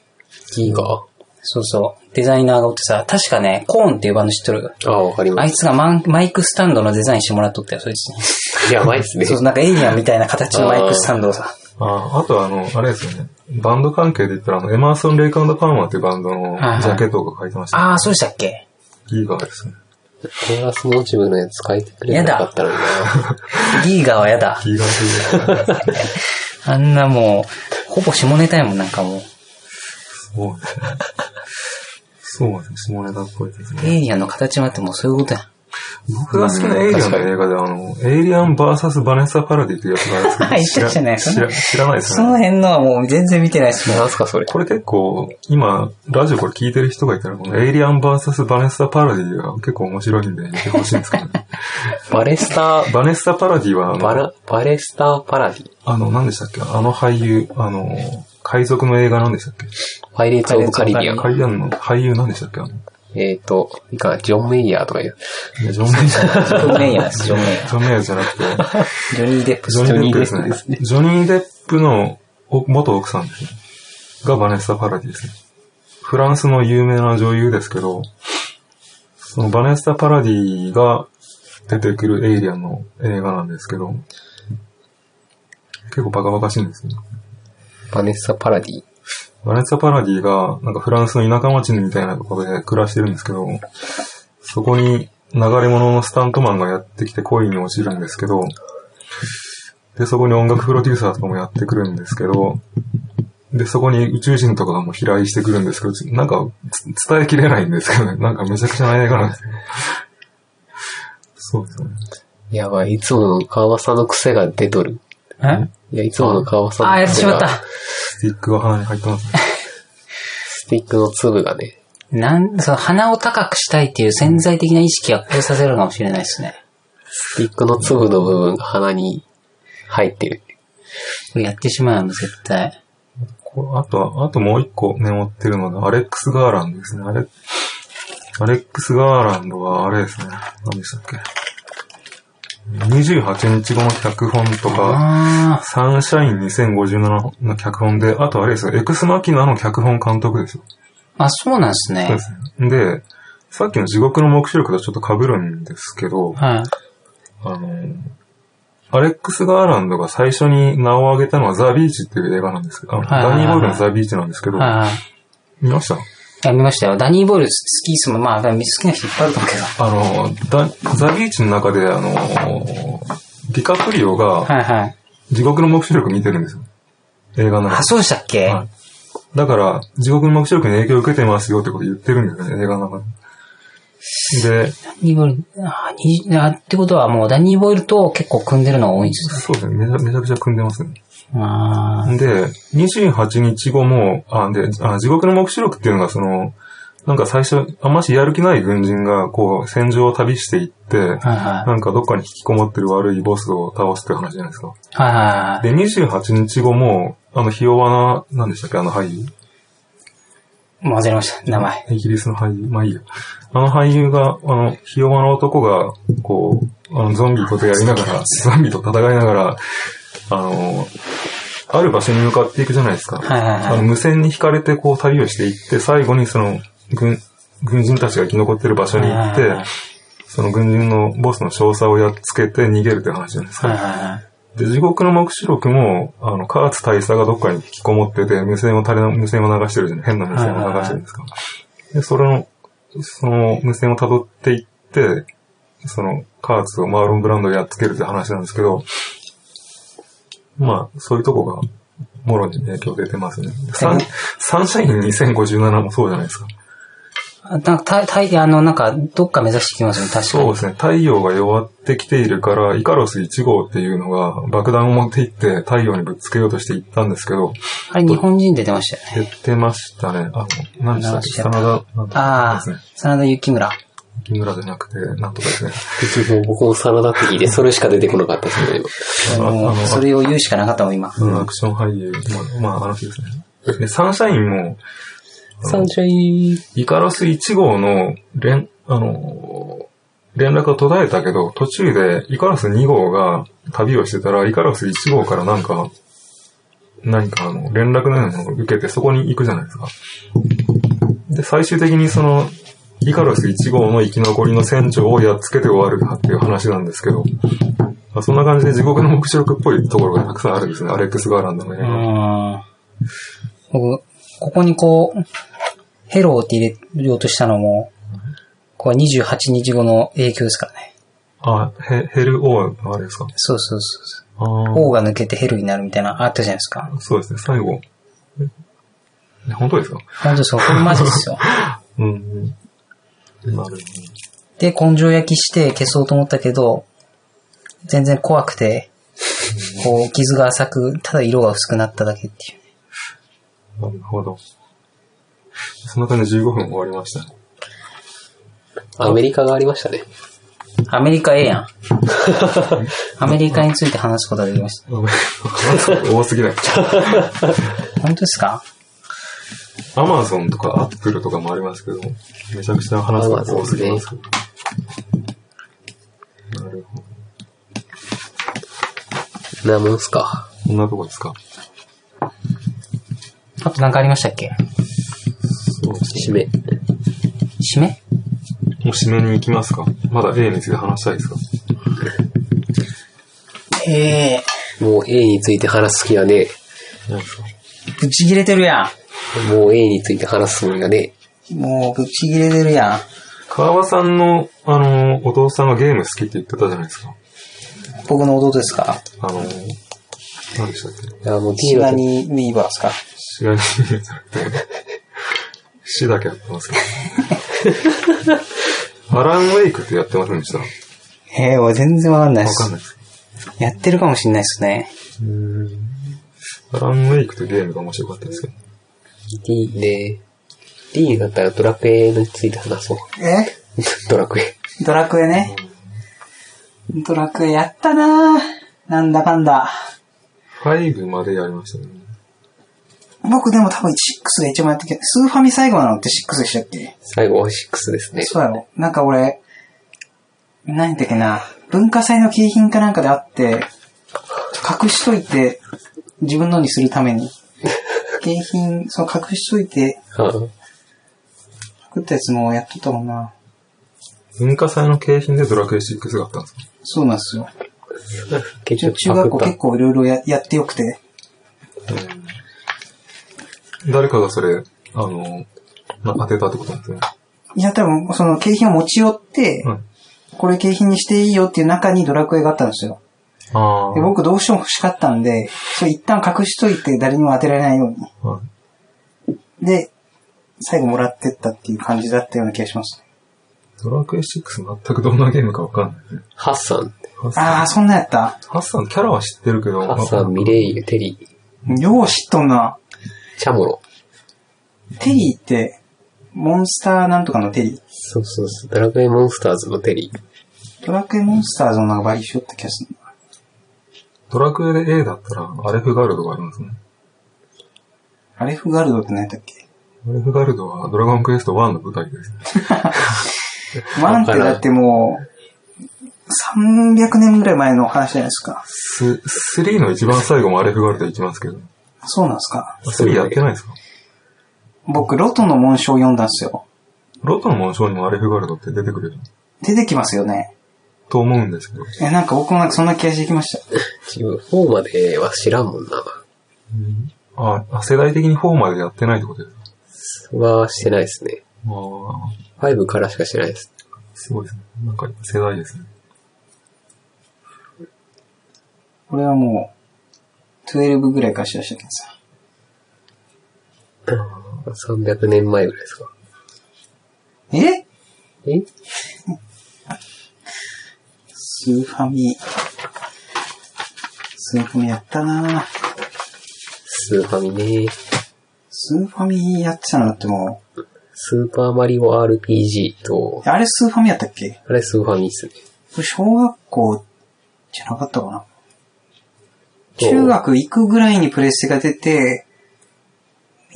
ギガあそうそう。デザイナーがおってさ、確かね、コーンっていうバンド知っとる。あ、わかりあまいつがマンマイクスタンドのデザインしてもらっとったよ、そいつに。す。やばいっすね。 そう、なんかエイリアンみたいな形のマイクスタンドをさ。ああとあの、あれですよね。バンド関係で言ったら、あの、エマーソン・レイクパーマーっていうバンドのはいはいジャケットが書いてました、ああー、そうでしたっけいいガーですね。コーラスモチブのやつ書いてくれなかったのにな。ギーガーはやだ。ギーガーというかあんなもう、ほぼ下ネタやもん、なんかもう。そうですね。そうですね。下ネタっぽいですね。エイリアンの形もあってもうそういうことやん。僕が好きなエイリアンの映画で、あの、エイリアン VS バネッサ・パラディっていうやつがあるんですけど、言ったじゃない知ら知らないですそよのね。辺のはもう全然見てないですも ん。なんすかそれ。これ結構、今、ラジオこれ聞いてる人がいたら、このエイリアン VS バネッサ・パラディが結構面白いんで、見てほしいんですけど ね。バレスター、バネッサ・パラディは、あのバラ、バレスターパラディ。あの、何でしたっけあの俳優、あの、海賊の映画何でしたっけパイレーツ・オブ・カリビアン。カリアンの俳優何でしたっけあの、えっ、と、いかな、ジョン・メイヤーとかいう。いやジョン・メイヤー。ジョン・メイヤーです、ジョン・メイヤー。ジョン・メイヤーじゃなくて、ジョニー・デップジス。ョニー・デップでジョニーデッすね。ジョニー・デップのお元奥さんですね。がバネッサ・パラディですね。フランスの有名な女優ですけど、そのバネッサ・パラディが出てくるエイリアンの映画なんですけど、結構バカバカしいんですね。バネッサ・パラディ。バネッサ・パラディが、なんかフランスの田舎町みたいなところで暮らしてるんですけど、そこに流れ物のスタントマンがやってきて恋に落ちるんですけど、で、そこに音楽プロデューサーとかもやってくるんですけど、で、そこに宇宙人とかがもう飛来してくるんですけど、ちなんかつ伝えきれないんですけどね、なんかめちゃくちゃな映画なんですよ。そうですね。やばい、いつもの川場さんの癖が出とる。んいや、いつもの川場さんのあー、やってしまった。スティックが鼻に入ってますね。スティックの粒がね。なん、そう、鼻を高くしたいっていう潜在的な意識がこうさせるかもしれないですね。スティックの粒の部分が鼻に入ってる。これやってしまうの、絶対。こうあと、あともう一個メモってるのが、アレックス・ガーランドですね。あれ、アレックス・ガーランドは、あれですね。何でしたっけ。28日後の脚本とか、あサンシャイン2057の脚本で、あとあれですよ、エクスマキナの脚本監督ですよ。あ、あ、そうなんでそすうねで。すね。で、さっきの地獄の目視力とちょっと被るんですけど、はい。あの、アレックス・ガーランドが最初に名を挙げたのはザ・ビーチっていう映画なんですけど、あのはいはいはいダニー・ボールのザ・ビーチなんですけど、はいはい。見ましたいや、見ましたよ。ダニーボール好きっすもん。まあ、多分好きな人いっぱいあると思うけど。あの、ダザ・ビーチの中で、あの、ディカプリオがはいはい。地獄の目視力見てるんですよ。映画の中あ、そうでしたっけ、で。はいだから、地獄の目視力に影響を受けてますよってこと言ってるんですよね、映画の中で。で、ダニーボール、あ、にあってことはもうダニーボールと結構組んでるのが多いんですね。そうですね、めちゃめちゃくちゃ組んでますね。あで、28日後も、あ、で、あ地獄の目視録っていうのがその、なんか最初、あんましやる気ない軍人が、こう、戦場を旅していって、ーはいはい。なんかどっかに引きこもってる悪いボスを倒すっていう話じゃないですか。はいはいはい。で、28日後も、あの、ひ弱な、なんでしたっけ、あの俳優。もう忘れました。名前。イギリスの俳優。まあいいや。あの俳優が、あの、ひ弱な男が、こう、あの、ゾンビと出会いながら、ゾンビと戦いながら、あの、ある場所に向かっていくじゃないですか。はいはいあはの無線に引かれてこう旅をしていって、最後にその軍、軍人たちが生き残ってる場所に行っはいはいはてい、その軍人のボスの少佐をやっつけて逃げるって話じゃないですい。はいか。はいはい。で、地獄の目視録も、あの、カーツ大佐がどっかに引きこもってて、無線を垂れの、無線を流してるじゃない変な無線を流してるんですか。で、それの、その無線を辿っていって、その、カーツをマーロンブランドをやっつけるって話なんですけど、まあ、そういうとこが、もろに影響出てますね。サンでもサンシャイン2057もそうじゃないですか。あなんか、た、た、あの、なんか、どっか目指してきますね、確かに。そうですね。太陽が弱ってきているから、イカロス1号っていうのが爆弾を持って行って太陽にぶっつけようとして行ったんですけど、あれ、日本人出てましたよね。減ってましたね。あの、何でしたっけ真田なんとあかですねあ。、真田幸村。木村じゃなくて、なんとかですね。もう僕もサラダ的で、それしか出てこなかったですね、あもあのう、それを言うしかなかったもん、今。アクション俳優、まあ、まあ、あの人ですね。で、サンシャインも、今。サンシャイン。イカロス1号の連、あの、連絡が途絶えたけど、途中でイカロス2号が旅をしてたら、イカロス1号からなんか、何かあの、連絡のようなのを受けてそこに行くじゃないですか。で、最終的にその、イカロス1号の生き残りの船長をやっつけて終わるなっていう話なんですけど、まあそんな感じで地獄の目視録っぽいところがたくさんあるんですね、アレックス・ガーランドの映う画。ん。僕、ここにこう、ヘローって入れようとしたのも、これ28日後の影響ですからね。あ、ヘヘル・オーのあれですか。そうそうそうそう。あー O が抜けてヘルになるみたいな、あったじゃないですか。そうですね、最後。え本当ですか本当そう、これマジです よ。うん。なるほど。で、根性焼きして消そうと思ったけど、全然怖くて、こう、傷が浅く、ただ色が薄くなっただけっていう。なるほど。そんな感じで15分終わりましたね。アメリカがありましたね。アメリカええや ん。アメリカについて話すことができました。多すぎない。本当ですかアマゾンとかアップルとかもありますけど、めちゃくちゃ話すこと多すぎますけど。なるほど。なもんすか。こんなとこですかあとなんかありましたっけそうです締め。締めね。もう締めに行きますかまだ A について話したいですかええもう A について話す気はねないですかぶち切れてるやえ。もう A について話すつもりがねん。もう、ぶち切れてるやん。川場さんの、あの、お父さんがゲーム好きって言ってたじゃないですか。僕の弟ですかあの、何でしたっけえ。いや、もう D シだガと、ニー・ウィーバーですか違う意味じゃなくて、死だけやってますけど。アランウェイクってやってませんでしたわええ俺全然わかんないでかんすない。です。やってるかもしんないですね。アランウェイクってゲームが面白かったですけど。 D ね D だったらドラクエについて話そう。 えドラクエ。ドラクエね。ドラクエやったなぁ。なんだかんだ。 5までやりましたね。僕でも多分6が一番やったけど、スーファミ最後なのって6でしたっけ最後は6ですね。そうやろ。なんか俺、何だっけな、文化祭の景品かなんかであって、隠しといて、 自分のにするために。景品、その隠しといて、うん作ったやつもやっとったもんな。文化祭の景品でドラクエ6があったんですかそうなんですよ。結中局中学校パク結っ構いろいろややってよくて。誰かがそれ、あの、な当てたってことなんですね。いや、多分、その景品を持ち寄って、はい。これ景品にしていいよっていう中にドラクエがあったんですよ。あで僕どうしても欲しかったんで、それ一旦隠しといて誰にも当てられないように。あ。はい。で、最後もらってったっていう感じだったような気がします。ドラクエ6全くどんなゲームかわかんないですね。たハッサン。ハッサンああ、そんなんやった。ハッサン、キャラは知ってるけど、ハッサン、ミレイユ、テリー、よう知っとんな。チャモロ。テリーって、モンスターなんとかのテリー。そうそうそう。ドラクエモンスターズのテリー。ドラクエモンスターズのなんかバリしよった気がする。ドラクエで A だったら、アレフガルドがありますね。アレフガルドって何やったっけアレフガルドはドラゴンクエスト1の舞台です。ワンってだってもう、300年ぐらい前の話じゃないですか。ス、3の一番最後もアレフガルド行きますけど。そうなんですか。 3やってないですか僕、ロトの紋章を読んだんですよ。ロトの紋章にもアレフガルドって出てくる出てきますよね。と思うんですけど。え、なんか僕もなんかそんな気がしてきました。自分、4までは知らんもんな。あ、あ世代的に4までやってないってことですかはしてないですね。ああ、 5からしかしてないです。すごいですね。なんか世代ですね。これはもう、12ぐらいからしだしたけどさ。 300年前ぐらいですか。ええスーファミ。スーファミやったなぁ。スーファミね。スーファミやってたのだってもう、スーパーマリオ RPG と、あれスーファミやったっけあれスーファミっすね。これ小学校じゃなかったかなそう中学行くぐらいにプレステが出て、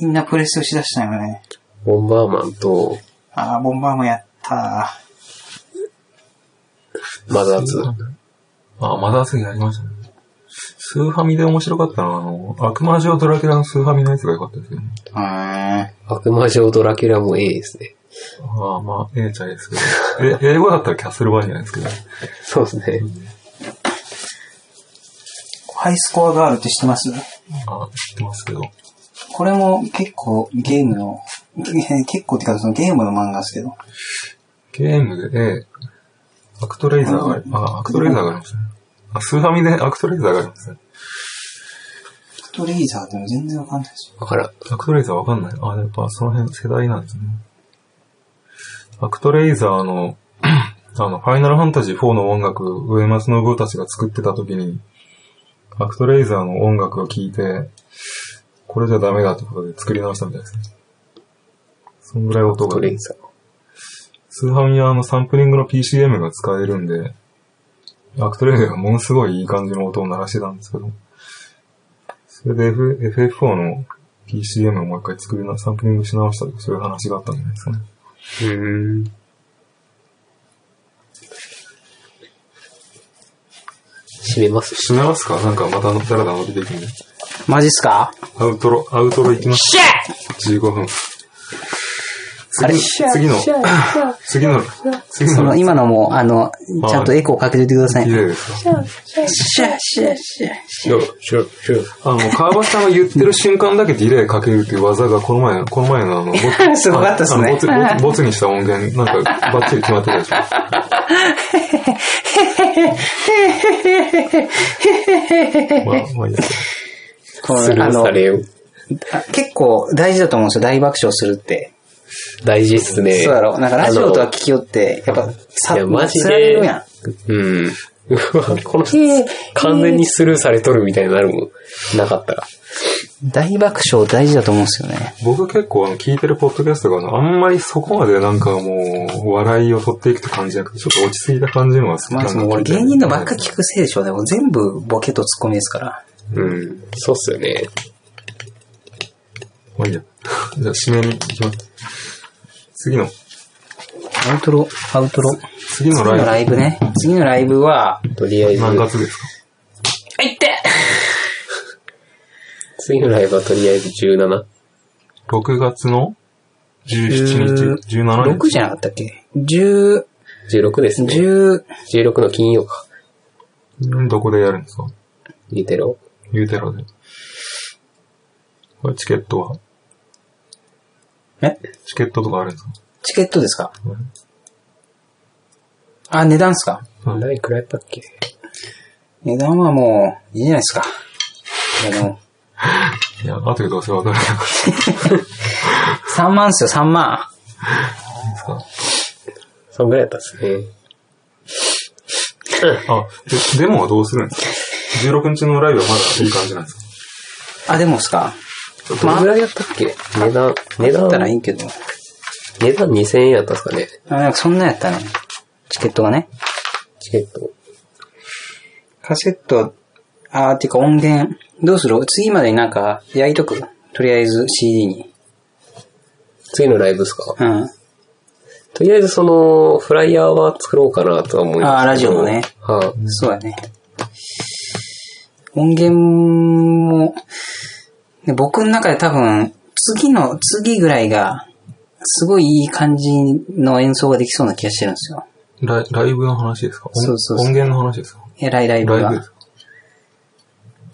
みんなプレステをしだしたよね。ボンバーマンと、ああ、ボンバーマンやったマザー2。あ、マダースギやりましたね。スーファミで面白かったのは、あの、悪魔城ドラキュラのスーファミのやつが良かったですよね。ー。へ悪魔城ドラキュラも A ですね。ああ、まあ、ええちゃえですけど。え、英語だったらキャッスルバーニャですけど。そうですね。ハイスコアガールって知ってますああ、知ってますけど。これも結構ゲームの、 げ結構ってかそのゲームの漫画ですけど。ゲームで、アクトレイザーがあり、あ、アクトレイザーがありましたね。あ、スーファミで アクトレイザーがありますね。アクトレイザーっても全然わかんないですよ。わからん。アクトレイザーわかんない。あ、やっぱその辺世代なんですね。アクトレイザーの、 あの、ファイナルファンタジー4の音楽、上松信夫たちが作ってた時に、アクトレイザーの音楽を聴いて、これじゃダメだってことで作り直したみたいですね。そんぐらい音ドがレ。イザスーハミはあのサンプリングの PCM が使えるんで、アクトレイザーがものすごいいい感じの音を鳴らしてたんですけど、それで、F、FF4 の PCM をもう一回作りな、サンプリングし直したとかそういう話があったんじゃないですかね。ー。うん。閉めます閉めますかなんかまたダラダラ伸びていくんで。マジっすかアウトロ、アウトロ行きます。15分。次の、次の、次の、次そのの、今のも、あの、ちゃんとエコーかけといてください綺ね。麗ですかシャシャシャシシュー、シュー、シュー。あの、川端さんが言ってる瞬間だけディレイかけるっていう技が、この前、この前のあの、ボツすごかったっすねあのボツ、ボツボツにした音源、なんか、バッチリ決まってたでしょ。まあ、まあいいや。ャこスルのあーのされよ。あ結構大事だと思うんですよ。大爆笑するって。大事っすね。そうだろ。なんかラジオとは聞ききよって、やっぱ、さ、いや、マジつらで。れるやん。うん。 うわこの人、完全にスルーされとるみたいになるもん。なかったら。大爆笑大事だと思うんですよね。僕結構、あの、聞いてるポッドキャストが、あの、あんまりそこまでなんかもう、笑いを取っていくって感じじゃなくて、ちょっと落ち着いた感じのが好きまなあ、んだその俺芸人のばっか聞くせいでしょうね。もう全部ボケとツッコミですから。うん。そうっすよね。まあいいや。じゃあ、締めに行きます。次の、アウトロ、アウトロ。次の次のラライイブね。次のライブは、とりあえブ、ず、何月ですかあ、いって次のライブはとりあえず 17? 6月の17日、17 6日。じゃなかったっけ ?10、 16ですね。 10、 16の金曜か。うんどこでやるんですかリテロ。ユーテロで。これチケットはえチケットとかあるんですかチケットですかうんあ、値段ですかうん何くらいだったっけ値段はもう、いいじゃないですか。あの、いや、後でどうせわからなかっ3万っすよ、3万。たんですそんぐらいだったんですね。かあ、で、デモはどうするんですか ?16 日のライブはまだいい感じなんですかあ、でもっすかどのぐらいだったっけ値段、値だったら段、いいけど。値段2000円やったんですかねあ、なんかそんなんやったね。チケットがね。チケット。カセット、あー、てか音源。どうする次までになんか、焼いとく。とりあえず CD に。次のライブですかうん。とりあえずその、フライヤーは作ろうかなとは思いますけど。あーラジオのねはい、そうだね。音源も、ね僕の中で多分、次の、次ぐらいが、すごいいい感じの演奏ができそうな気がしてるんですよ。ライライブの話ですか音そうそうそう音源の話ですかえらいライブライブではす。か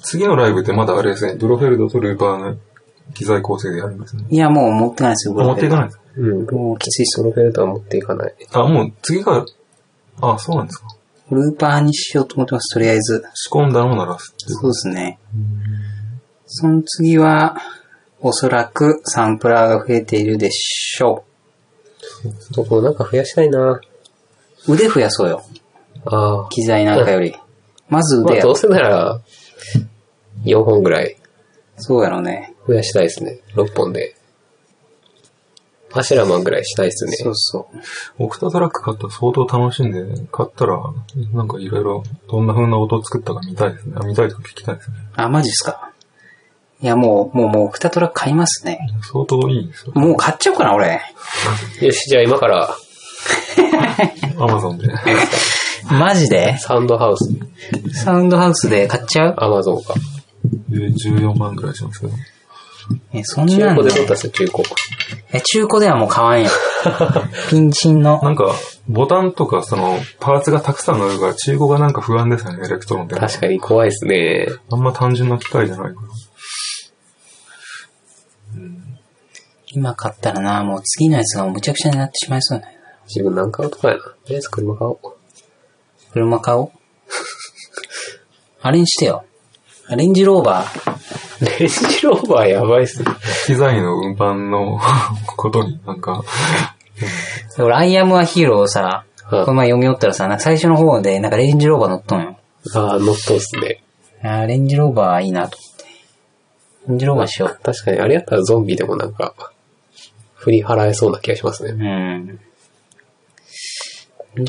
次のライブってまだあれですね、ブロフェルドとルーパーの機材構成でやるんですね。いや、もう持ってないですよ、あ持っていかないんですかうん。もうきついっすソロフェルトは持っていかない。あ、もう次が、あ、そうなんですかルーパーにしようと思ってます、とりあえず。仕込んだのならすっていうそうですね。その次は、おそらくサンプラーが増えているでしょ僕もなんか増やしたいなう。腕増やそうよ。ああ。機材なんかより。まずま腕あやどう。せなら、4本ぐらいそうやろうね。増やしたいですね。6本で。アシュラマンぐらいしたいですそねう。そう。オクタトラック買ったら相当楽しんで、買ったら、なんかいろいろ、どんな風な音を作ったか見たいですね。あ見たいとか聞きたいですね。あ、マジっすか。いや、もう、もう、もう、二トラ買いますね。相当いいですよ。もう買っちゃおうかな、俺。よし、じゃあ今から、アマゾンで。マジでサウンドハウス、サウンドハウスで買っちゃうアマゾンか。で14万ぐらいしますけど。え、そん中なん古でで撮ったっすよ、中古。え、中古ではもう買わん よ。ピンチンの。なんか、ボタンとかその、パーツがたくさんあるから、中古がなんか不安ですよね、エレクトロンって。確かに怖いですね。あんま単純な機械じゃないから。今買ったらな、もう次のやつがむちゃくちゃになってしまいそうだよ。自分なんか買うとかやな。とりあえず車買おう。車買おう。あれにしてよ。レンジローバー。レンジローバーやばいっすね。機材の運搬の ことになんか、俺、アイアムはヒーローをさ、うんこの前読み寄ったらさ、なんか最初の方で、なんかレンジローバー乗っとんよ。ああ、乗っとうっすね。あーレンジローバーいいなと思って。レンジローバーしよう。確かに、あれやったらゾンビでもなんか、振り払えそうな気がしますね。うん。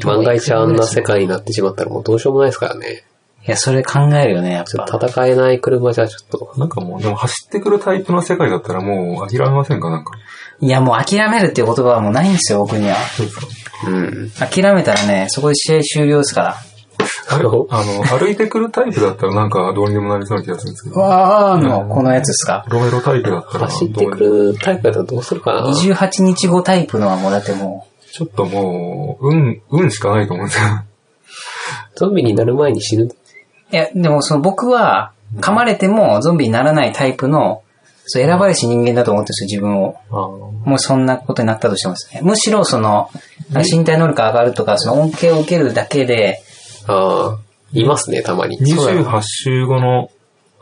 万が一あんな世界になってしまったらもうどうしようもないですからね。いや、それ考えるよね、やっちょっぱ。と戦えない車じゃちょっと、なんかもう、でも走ってくるタイプの世界だったらもう諦めませんかなんか。いや、もう諦めるっていう言葉はもうないんですよ、僕には。そうですかうん。諦めたらね、そこで試合終了ですから。あの、あの、歩いてくるタイプだったらなんかどうにでもなりそうな気がするんですけど、わーの、このやつですか。ロメロタイプだったら走っどてうくにるタイプやったらどうするかな。 28日後タイプのはもうだってもちょっともう、運、運しかないと思うんですよ。ゾンビになる前に死ぬ。う。いや、でもその僕は、噛まれてもゾンビにならないタイプの、そう選ばれし人間だと思ってるんですよ、自分を。あもうそんなことになったとしてもですね。むしろその、なんか身体能力が上がるとか、その恩恵を受けるだけで、ああ、いますね、たまに。 そうや28週後の、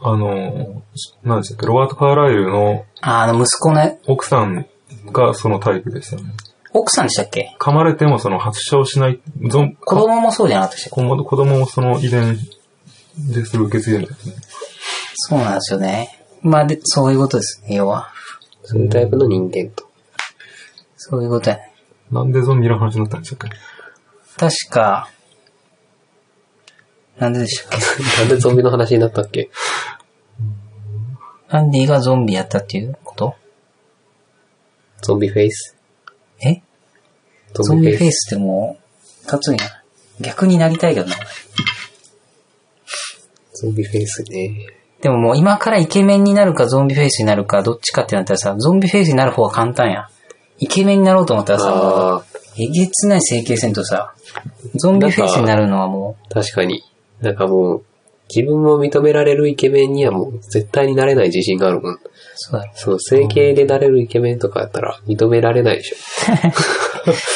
あの、何でしたっけ、ロバート・カーライルのあの、息子の、奥さんがそのタイプでしたよね。奥さんでしたっけ噛まれてもその発症しない、ゾン、子供もそうじゃなかったでしたっ子け供子供もその遺伝ですぐ受け継いでるんですね。そうなんですよね。まあ、で、そういうことですね、要は。そういうタイプの人間と。そういうことやね。なんでゾンビの話になったんでしたっけ確か、なんででしたっ けなんでゾンビの話になったっけアンディがゾンビやったっていうことゾンビフェイス。えゾゾンンビビフェフェイイス。スってもう、立つんや。逆になりたいけどな。ゾンビフェイスね。でももう今からイケメンになるかゾンビフェイスになるかどっちかってなったらさ、ゾンビフェイスになる方が簡単や。イケメンになろうと思ったらさ、ああ、えげつない整形せんとさ、ゾンビフェイスになるのはも確かに。なんかもう、自分を認められるイケメンにはもう絶対になれない自信があるもん。う、そうだろ。その整形でなれるイケメンとかやったら認められないでしょ。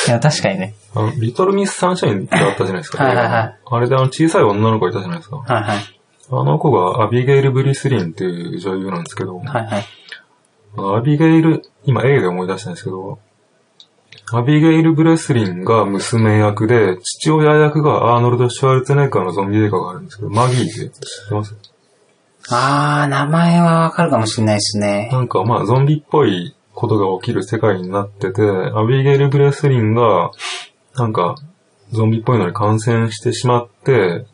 いや、確かにね。あの、リトルミスサンシャインってあったじゃないですか。はいはいはいあれであの小さい女の子いたじゃないですか。はいはい。あの子がアビゲイル・ブリスリンっていう女優なんですけど、はいはい。あのアビゲイル、今映画で思い出したんですけど、アビゲイル・ブレスリンが娘役で、父親役がアーノルド・シュワルツェネッガーのゾンビ映画があるんですけど、マギーって知ってますあー、名前はわかるかもしれないですね。なんかまあゾンビっぽいことが起きる世界になってて、アビゲイル・ブレスリンが、なんかゾンビっぽいのに感染してしまって、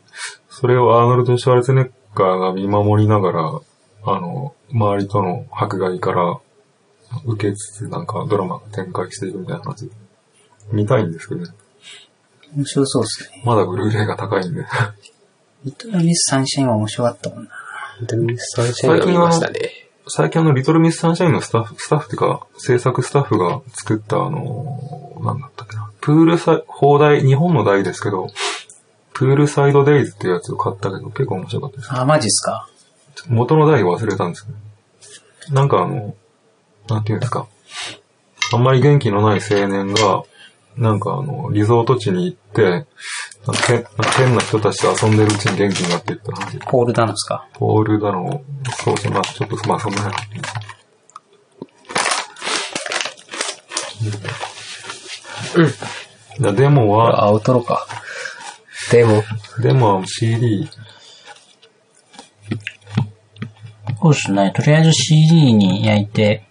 それをアーノルド・シュワルツェネッガーが見守りながら、あの、周りとの迫害から受けつつ、なんかドラマが展開していくみたいな感じ。見たいんですけどね。面白そうですね。まだブルーレイが高いんで。リトルミスサンシャインは面白かったもんな。本当にサンシャインが見ましたね。最近あの、リトルミスサンシャインのスタッフ、スタッフっていうか、制作スタッフが作ったあのー、なんだったっけな、プールサイ、放題、日本の題ですけど、プールサイドデイズっていうやつを買ったけど、結構面白かったです。あー、マジっすか元の題忘れたんですけど、なんかあの、なんていうんですか、あんまり元気のない青年が、なんかあの、リゾート地に行って、なんか変なんか変な人たちと遊んでるうちに元気になっていった話。ポールダノスか。ポールだの、そうですね、まあちょっと、まあそんな話。うん。だデモは、あ、アウトロか。でも、デモは CD、そうですね。とりあえず CD に焼いて、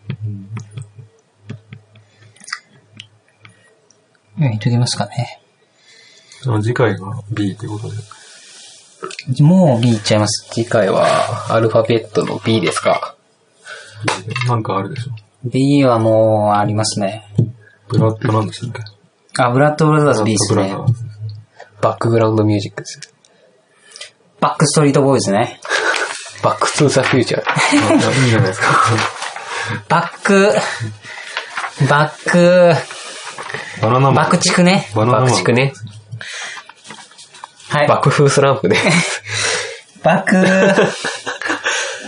焼いときますかね。あの次回が B ってことで。もう B いっちゃいます。次回はアルファベットの B ですか。 B でなんかあるでしょ。 B はもうありますね。ブラッドなんでしたっけあ、ブラッドブラザーズ B でブすラッねド。ブラザーズバックグラウンドミュージックです。バックストリートボーイですね。バックトゥーザフュ ーチャー。あいやいいじゃない ですか。バック、バック、バナナマン。バックチクね。バナナマン。爆竹ね。はい。爆風スランプね。 バック、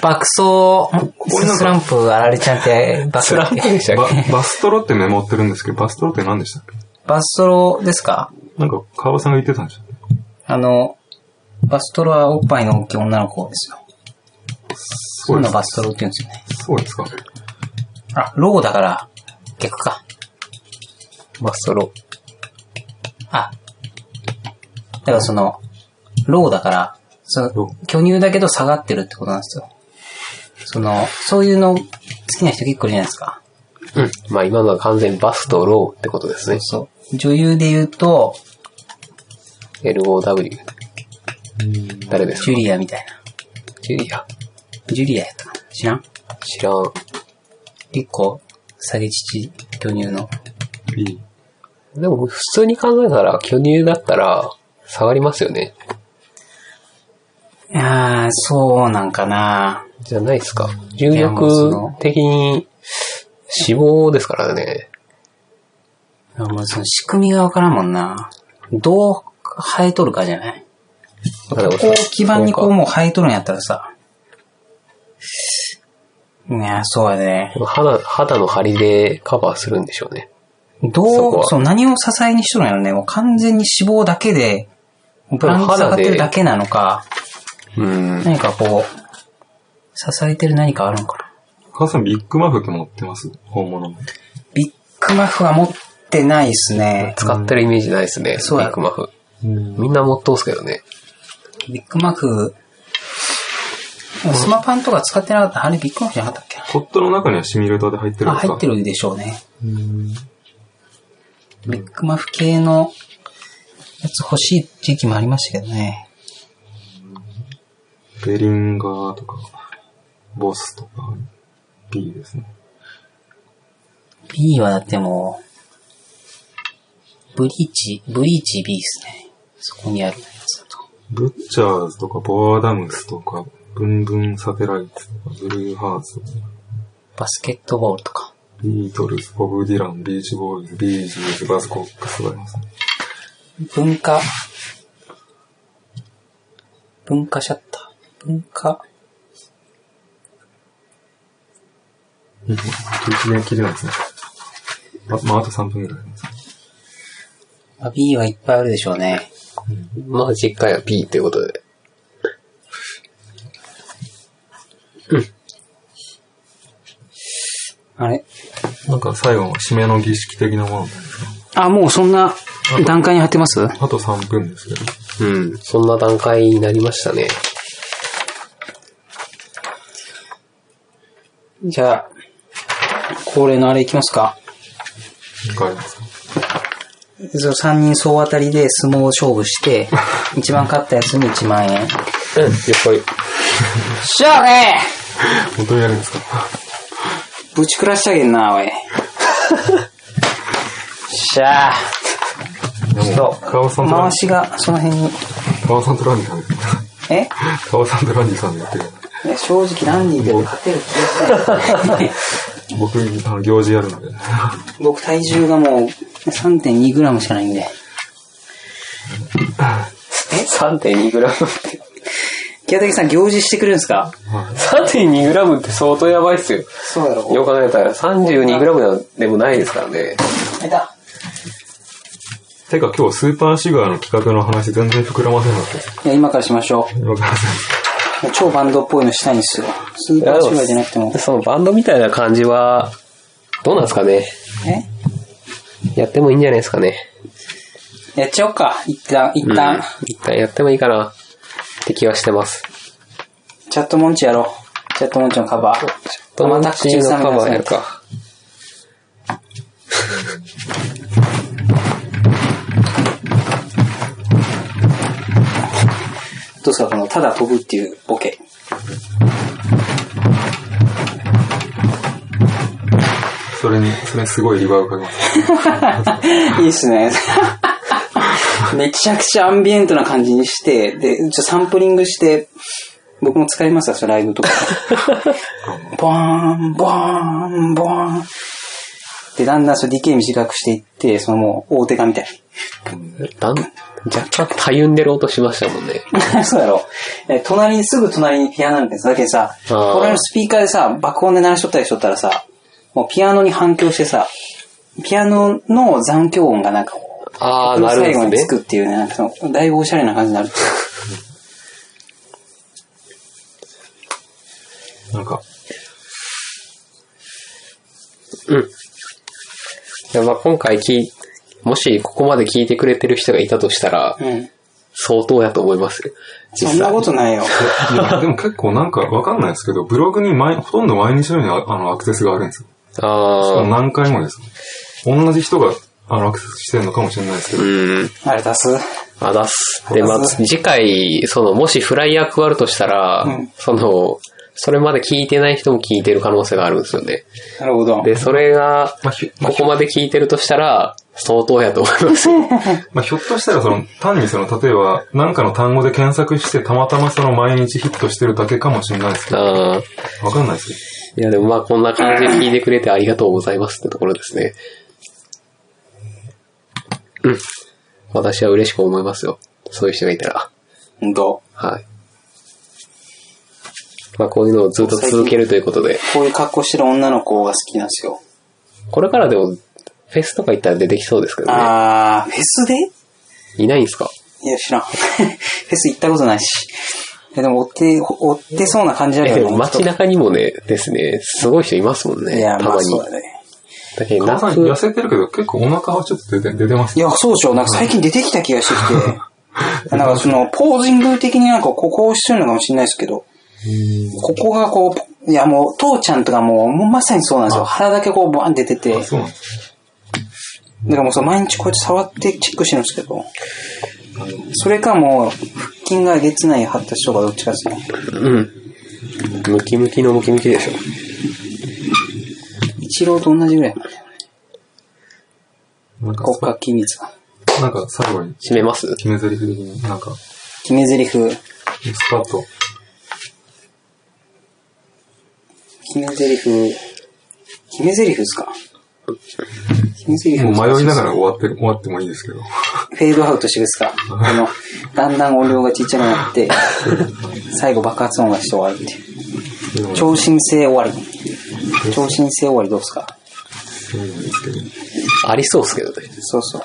爆走、スランプあられちゃんって、バッスランプでしたバっけ。バストロってメモってるんですけど、バストロって何でしたっけバストロですかなんか、川尾さんが言ってたんでしょあの、バストロはおっぱいの大きい女の子ですよ。そそういうです。のバストロって言うんですよね。そうですか。あ、ロゴだから、逆か。バストロ。あ。だからその、ローだから、そロの、巨乳だけど下がってるってことなんですよ。その、そういうの好きな人結構いるじゃないですか。うん。まあ今のは完全にバスとローってことですね。そう。女優で言うと、 LOW。誰ですジかュリアみたいジュリア。な。ジュリアやったかな知らん知らん。結構、下げ乳、巨乳の。 B。でも普通に考えたら、巨乳だったら、下がりますよね。あー、そうなんかなじゃないですか。重いやもうそ力の的に、脂肪ですからね。あもうその仕組みがわからんもんなどう生えとるかじゃないなるほどこう基盤にこそううもう生えとるんやったらさ。いや、そうやね。か肌、肌の張りでカバーするんでしょうね。どそこう、はそう、何を支えにしとるんやろね。もう完全に脂肪だけで、ブランド下がってるだけなのか、うん。何かこう、支えてる何かあるのかな。川尾さん、ビッグマフって持ってます本物の。ビッグマフは持ってないですね。使ってるイメージないですね。そうビやッグマフ。うんみんな持っとうすけどね。ビッグマフ、スマパンとか使ってなかったあれビッグマフじゃなかったっけポットの中にはシミュレーターで入ってるんあ、ですか入ってる。るでしょうね。ビッグマフ系のやつ欲しい時期もありましたけどね。ベリンガーとか、ボスとか、B ですね。 B はだってもう、ブリーチ、ブリーチ B ですね。そこにあるやつだと。ブッチャーズとか、ボアダムスとか、ブンブンサテライトとか、ブルーハーツとか、バスケットボールとか。ビートルズ、ボブ・ディラン、ビーチボーイズ、ビージーズ、バズ・コックスがいますね。文化。文化シャッター。文化。一年切れないですね。あ、まあ、あと3分ぐらいあります。まあ、B はいっぱいあるでしょうね。まあ、次回は B ということで。あれなんか最後の締めの儀式的なものなんですかあ、もうそんな段階に入ってますあと3分ですけど。うん。そんな段階になりましたね。じゃあ、恒例のあれいきますか。なんかありますかその3人総当たりで相撲勝負して、一番勝ったやつに1万円。うん。やっぱり。しゃあね本当にやるんですかぶち暮らしてあげんな、おい。しゃあ。でも、カオさんとラン回しが、その辺に。カオさんとランディさんで。えカオさんとランディさんでやってる。いや正直何人でも勝てる気がしない。僕、あの、行事やるので。 僕体重がもう 3.2g しかないんで。 3.2g って。清武さん行事してくれるんですか 3.2g って相当やばいっすよ。そうだろよく考えたら 32g でもないですからね。えだ。てか今日スーパーシュガーの企画の話全然膨らませなかったです。いや、今からしましょわかりません。う。超バンドっぽいのしたいんですよ。スーパーシュガーじゃなくても。そのバンドみたいな感じは、どうなんですかね。えやってもいいんじゃないですかね。やっちゃおうか。一旦、一旦。うん一旦やってもいいかなって気はしてます。チャットモンチやろう。チャットモンチのカバー。友達のカバーやるか。どうすかこの、ただ飛ぶっていうボ ケ。それに、それにすごいリバウンドかけます。いいっすね。 めちゃくちゃアンビエントな感じにして、で、ちょっとサンプリングして、僕も使いますわ、それライブと か。ボーン、ボーン、ボーン。で、だんだんそれ DK 短くしていって、そのもう大手化みたいだん若干たゆんでる音しましたもんね。な。そうだろう。え隣に、すぐ隣にピアノあるんです。だけどさ、あーこれのスピーカーでさ、爆音で鳴らしとったりしとったらさ、もうピアノに反響してさ、ピアノの残響音がなんかこう、ああ、なるん最後にでつすね。くっていうね、なんかその、だいぶおしゃれな感じになる。なんか、うん。でまあ今回聞い、もしここまで聞いてくれてる人がいたとしたら、うん。相当やと思いますよ。実そんな際。ことない よ。いや、でも結構なんかわかんないですけど、ブログに毎、ほとんど毎日のようにああのアクセスがあるんですよ。しかあもあ、何回もです。同じ人が、あの、アクセスしてるのかもしれないですけど、うん。あれ出す。あ、出す。で、まあ、次回、その、もしフライヤー加わるとしたら、うんその、それまで聞いてない人も聞いてる可能性があるんですよね。なるほど。で、それが、まあ、ひここまで聞いてるとしたら、相当やと思います。まあ、ひょっとしたらその、単にその、例えば、なんかの単語で検索して、たまたまその、毎日ヒットしてるだけかもしれないですけああ。ど、わかんないですけいや、でもまあ、こんな感じで聞いてくれてありがとうございますってところですね。うん。私は嬉しく思いますよ。そういう人がいたら。ほんと。はい。まあ、こういうのをずっと続けるということで、こういう格好してる女の子が好きなんですよ。これからでも、フェスとか行ったら出てきそうですけどね。あー、フェスでいないんですかいや、知らん。フ ェス行ったことないし。え、でも追って、追ってそうな感じだえ、けでど。も街中にもね、ですね、すごい人いますもんね。いや、たままあに。そうだね。だけど、ど。母さん、夏痩、せてるけど、結構お腹はちょっと出て、出てますい。や、そうでしょ。なんか最近出てきた気がしてきて。 なんかその、ポージング的になんかここをしてるのかもしれないですけど。ここがこう、いやもう、父ちゃんとかもう、もうまさにそうなんですよ。腹だけこう、バーンって出てて。あそうなんです。だからもうそう毎日こうやって触ってチェックしてるんですけど、それかもう、腹筋がえげつない発達とかどっちかですね。うん。ムキムキのムキムキでしょ。一郎と同じぐらい。なんか、骨格機密が。なんか最後に、締めます決め台詞的に、なんか、決め台詞。スパッと、決め台詞。決め台詞ですか決め台詞もう迷いながら終わって、終わってもいいですけど。フェードアウトしてるですかあの、だんだん音量がちっちゃくなって、最後爆発音がして終わるっていう。でも超新星終わり。超新星終わりどうですかそうなんですけど。ありそうですけどね。そうそう。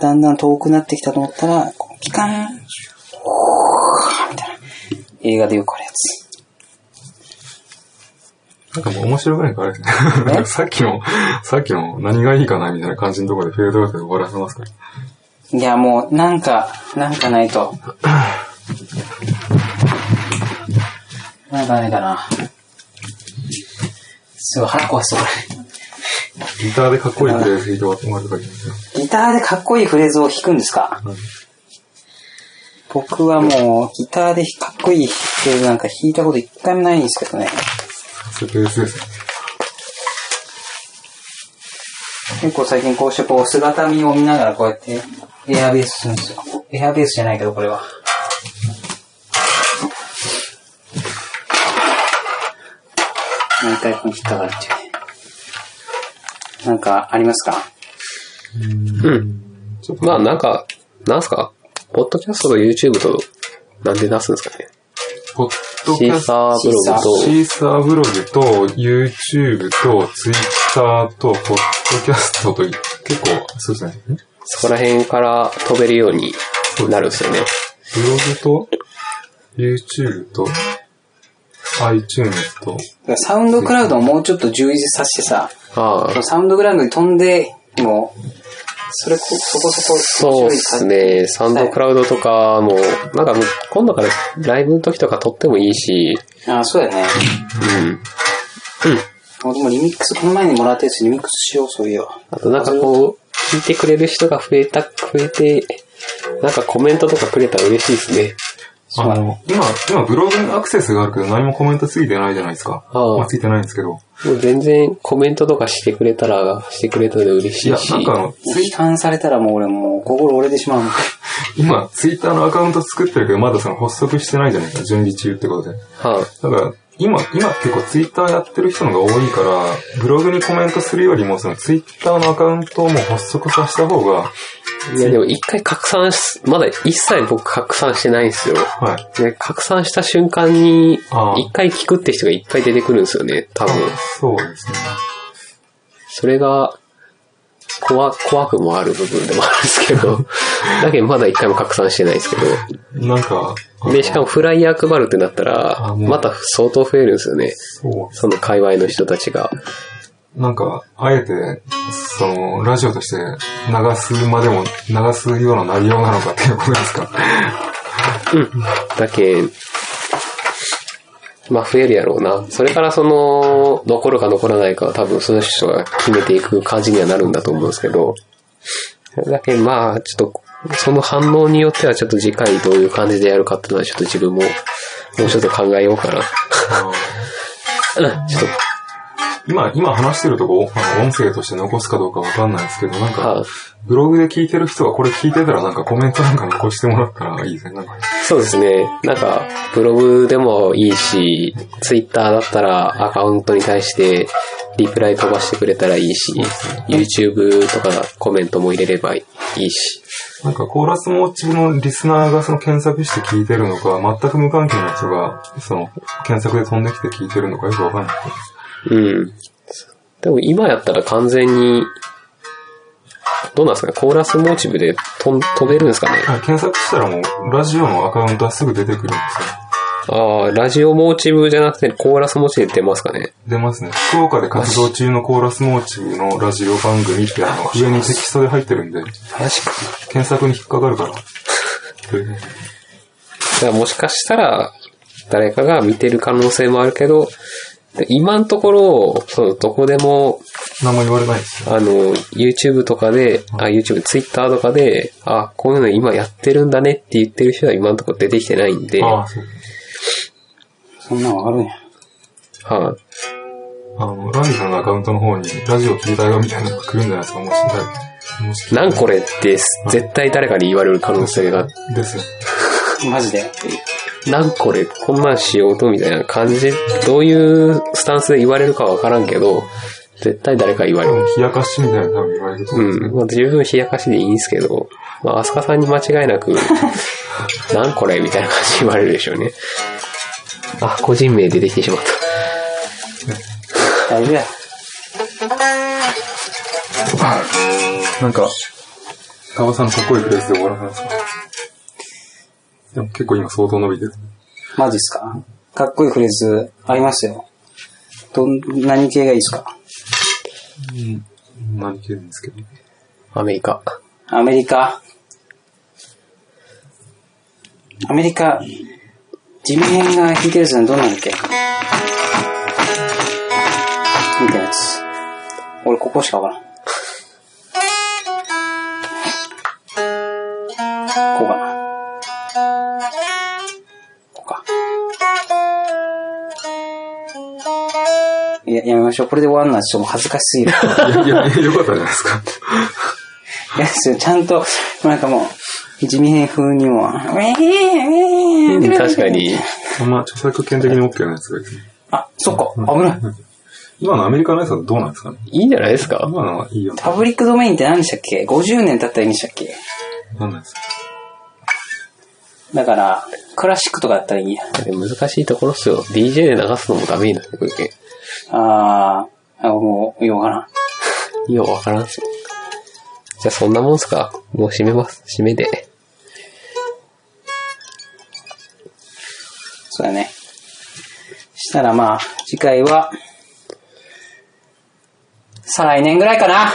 だんだん遠くなってきたと思ったら、こうピカーンおーみたいな。映画でよくあるやつ。なんかもう面白くないからですね。 さっきの、さっきの何がいいかなみたいな感じのところでフェードアウトで終わらせますから。いや、もう、なんか、なんかないと。なんかないかな。すごい腹壊すわ、これ。ギターでかっこいいプレイス弾いて終わるときに。ギターでかっこいいフレーズを弾くんですか、うん僕はもう、ギターでかっこいいフレーズなんか弾いたこと一回もないんですけどね。スペースですね。結構最近こうしてこう、姿見を見ながらこうやって、エアベースするんですよ。エアベースじゃないけど、これは。毎回ここに引っかかるっていうね。なんか、ありますかうん。ちょっと、まあなんか、なんすかポッドキャストと YouTube と、なんで出すんですかね。ポッドキシーャスト。サーブロシグーサーブログと、YouTube と、Twitter と、ポッドキャストと、結構、そうですね。んと、そこら辺から飛べるようになるんですよね。ブログと、YouTube と、iTunes と、サウンドクラウドをもうちょっと充実させてさ、ああ、サウンドグラウンドに飛んでも、それこ、そこそこ、そうですね。サウンドクラウドとかも、なんか今度からライブの時とか撮ってもいいし、あ、そうやね。うん。あでもリミックス、この前にもらったやつリミックスしよう、そういえば。あとなんかこう、聞いてくれる人が増えた、増えて、なんかコメントとかくれたら嬉しいですね。あの、今、今ブログにアクセスがあるけど何もコメントついてないじゃないですか。ああまあ、ついてないんですけど。もう全然コメントとかしてくれたら、してくれたら嬉しいやい、し。なんかあの、ツイ批判されたらもう俺もう心折れてしまうもん。今、ツイッターのアカウント作ってるけど、まだその発足してないじゃないですか。準備中ってことで。はい、だから、今、今結構ツイッターやってる人のが多いから、ブログにコメントするよりも、そのツイッターのアカウントをもう発足させた方が、いやでも一回拡散し、まだ一切僕拡散してないんですよ。はい。で拡散した瞬間にあ、あ一回聞くって人がいっぱい出てくるんですよね、多分。そうですね。それが、怖、怖くもある部分でもあるんですけ ど、だけどまだ一回も拡散してないですけなんか、ど。で、しかもフライヤー配るってなったあら、もうまた相当増えるんですよね。そその界隈の人たちが。う。なんか、あえて、その、ラジオとして流すまでも、流すような内容なのかっていうことですか。だけん、まあ増えるやろうな。それからその、残るか残らないかは多分その人が決めていく感じにはなるんだと思うんですけど、だけんまあ、ちょっと、その反応によってはちょっと次回どういう感じでやるかっていうのはちょっと自分も、もうちょっと考えようかな。あのうんちょっ今、今話してるとこ、あの音声として残すかどうかわかんないですけど、なんと、か、はい、ブログで聞いてる人がこれ聞いてたらなんかコメントなんか残してもらったらいいですね。なんか、そうですね。なんか、ブログでもいいし、ツイッターだったらアカウントに対してリプライ飛ばしてくれたらいいし、YouTube とかコメントも入れればいいし。なんかコーラスモーチのリスナーがその検索して聞いてるのか、全く無関係な人が、その、検索で飛んできて聞いてるのかよくわかんないです。うん。でも今やったら完全に、どうなんですかねコーラスモーチブで飛ん飛べるんですかねあ検索したらもう、ラジオのアカウントはすぐ出てくるんですよ。ああ、ラジオモーチブじゃなくてコーラスモーチブで出ますかね出ますね。福岡で活動中のコーラスモーチのラジオ番組ってあの、上にテキストで入ってるんで、マジか。検索に引っかかるから。というねだからもしかしたら、誰かが見てる可能性もあるけど、で今のところ、その、どこでも、何も言われないですよ。あの、YouTube とかで、あ、YouTube、Twitter とかで、あ、こういうの今やってるんだねって言ってる人は今のところ出てきてないんで、あはあ、そう。そんなんわかるんや。い。あの、ランディさんのアカウントの方に、ラジオ聞いたよみたいなのが来るんじゃないですか、もし、だもし聞いたらなんこれって、絶対誰かに言われる可能性が、ですよ。マジで。なんこれ、こんなんしようとみたいな感じで、どういうスタンスで言われるかわからんけど、絶対誰か言われ多る。分、冷やかしみたいな多分言われると思うんですうん。まあ、十分冷やかしでいいんですけど、まあ、アスカさんに間違い なく、なんこれみたいな感じで言われるでしょうね。あ、個人名出てきてしまった。大丈夫や。なんか、川さんかっこいいフレーズで終わらせますかでも結構今相当伸びてる。マジっすかかっこいいフレーズありますよ。どん、何系がいいっすか何系なんですけど。アメリカ。アメリカ。アメリカ、地味編が弾いてるやつはどんなんだっけみたいなやつ。俺ここしかわからん。こうかな。こうか。いや、やめましょう。これで終わんのはちょっと恥ずかしすぎる。いや、いや、よかったじゃないですか。いやですよ、ちゃんと、なんかもう、地味編風にも、ウェーイウェーイ確か。 に、あんま著作権的に OK なやつがいいですね。あ、そっか、危ない。今のアメリカのやつはどうなんですかねいいんじゃないですか今のはいいよ。パブリックドメインって何でしたっけ ?50 年経ったらいいんでしたっけなんないですかだから、クラシックとかだったらいいや。難しいところっすよ。DJ で流すのもダメになってくるけん。あー、あもう、ようかな。ようわからんっすよ。じゃあそんなもんすかもう締めます。締めで。そうだね。したらまあ、次回は、再来年ぐらいかな。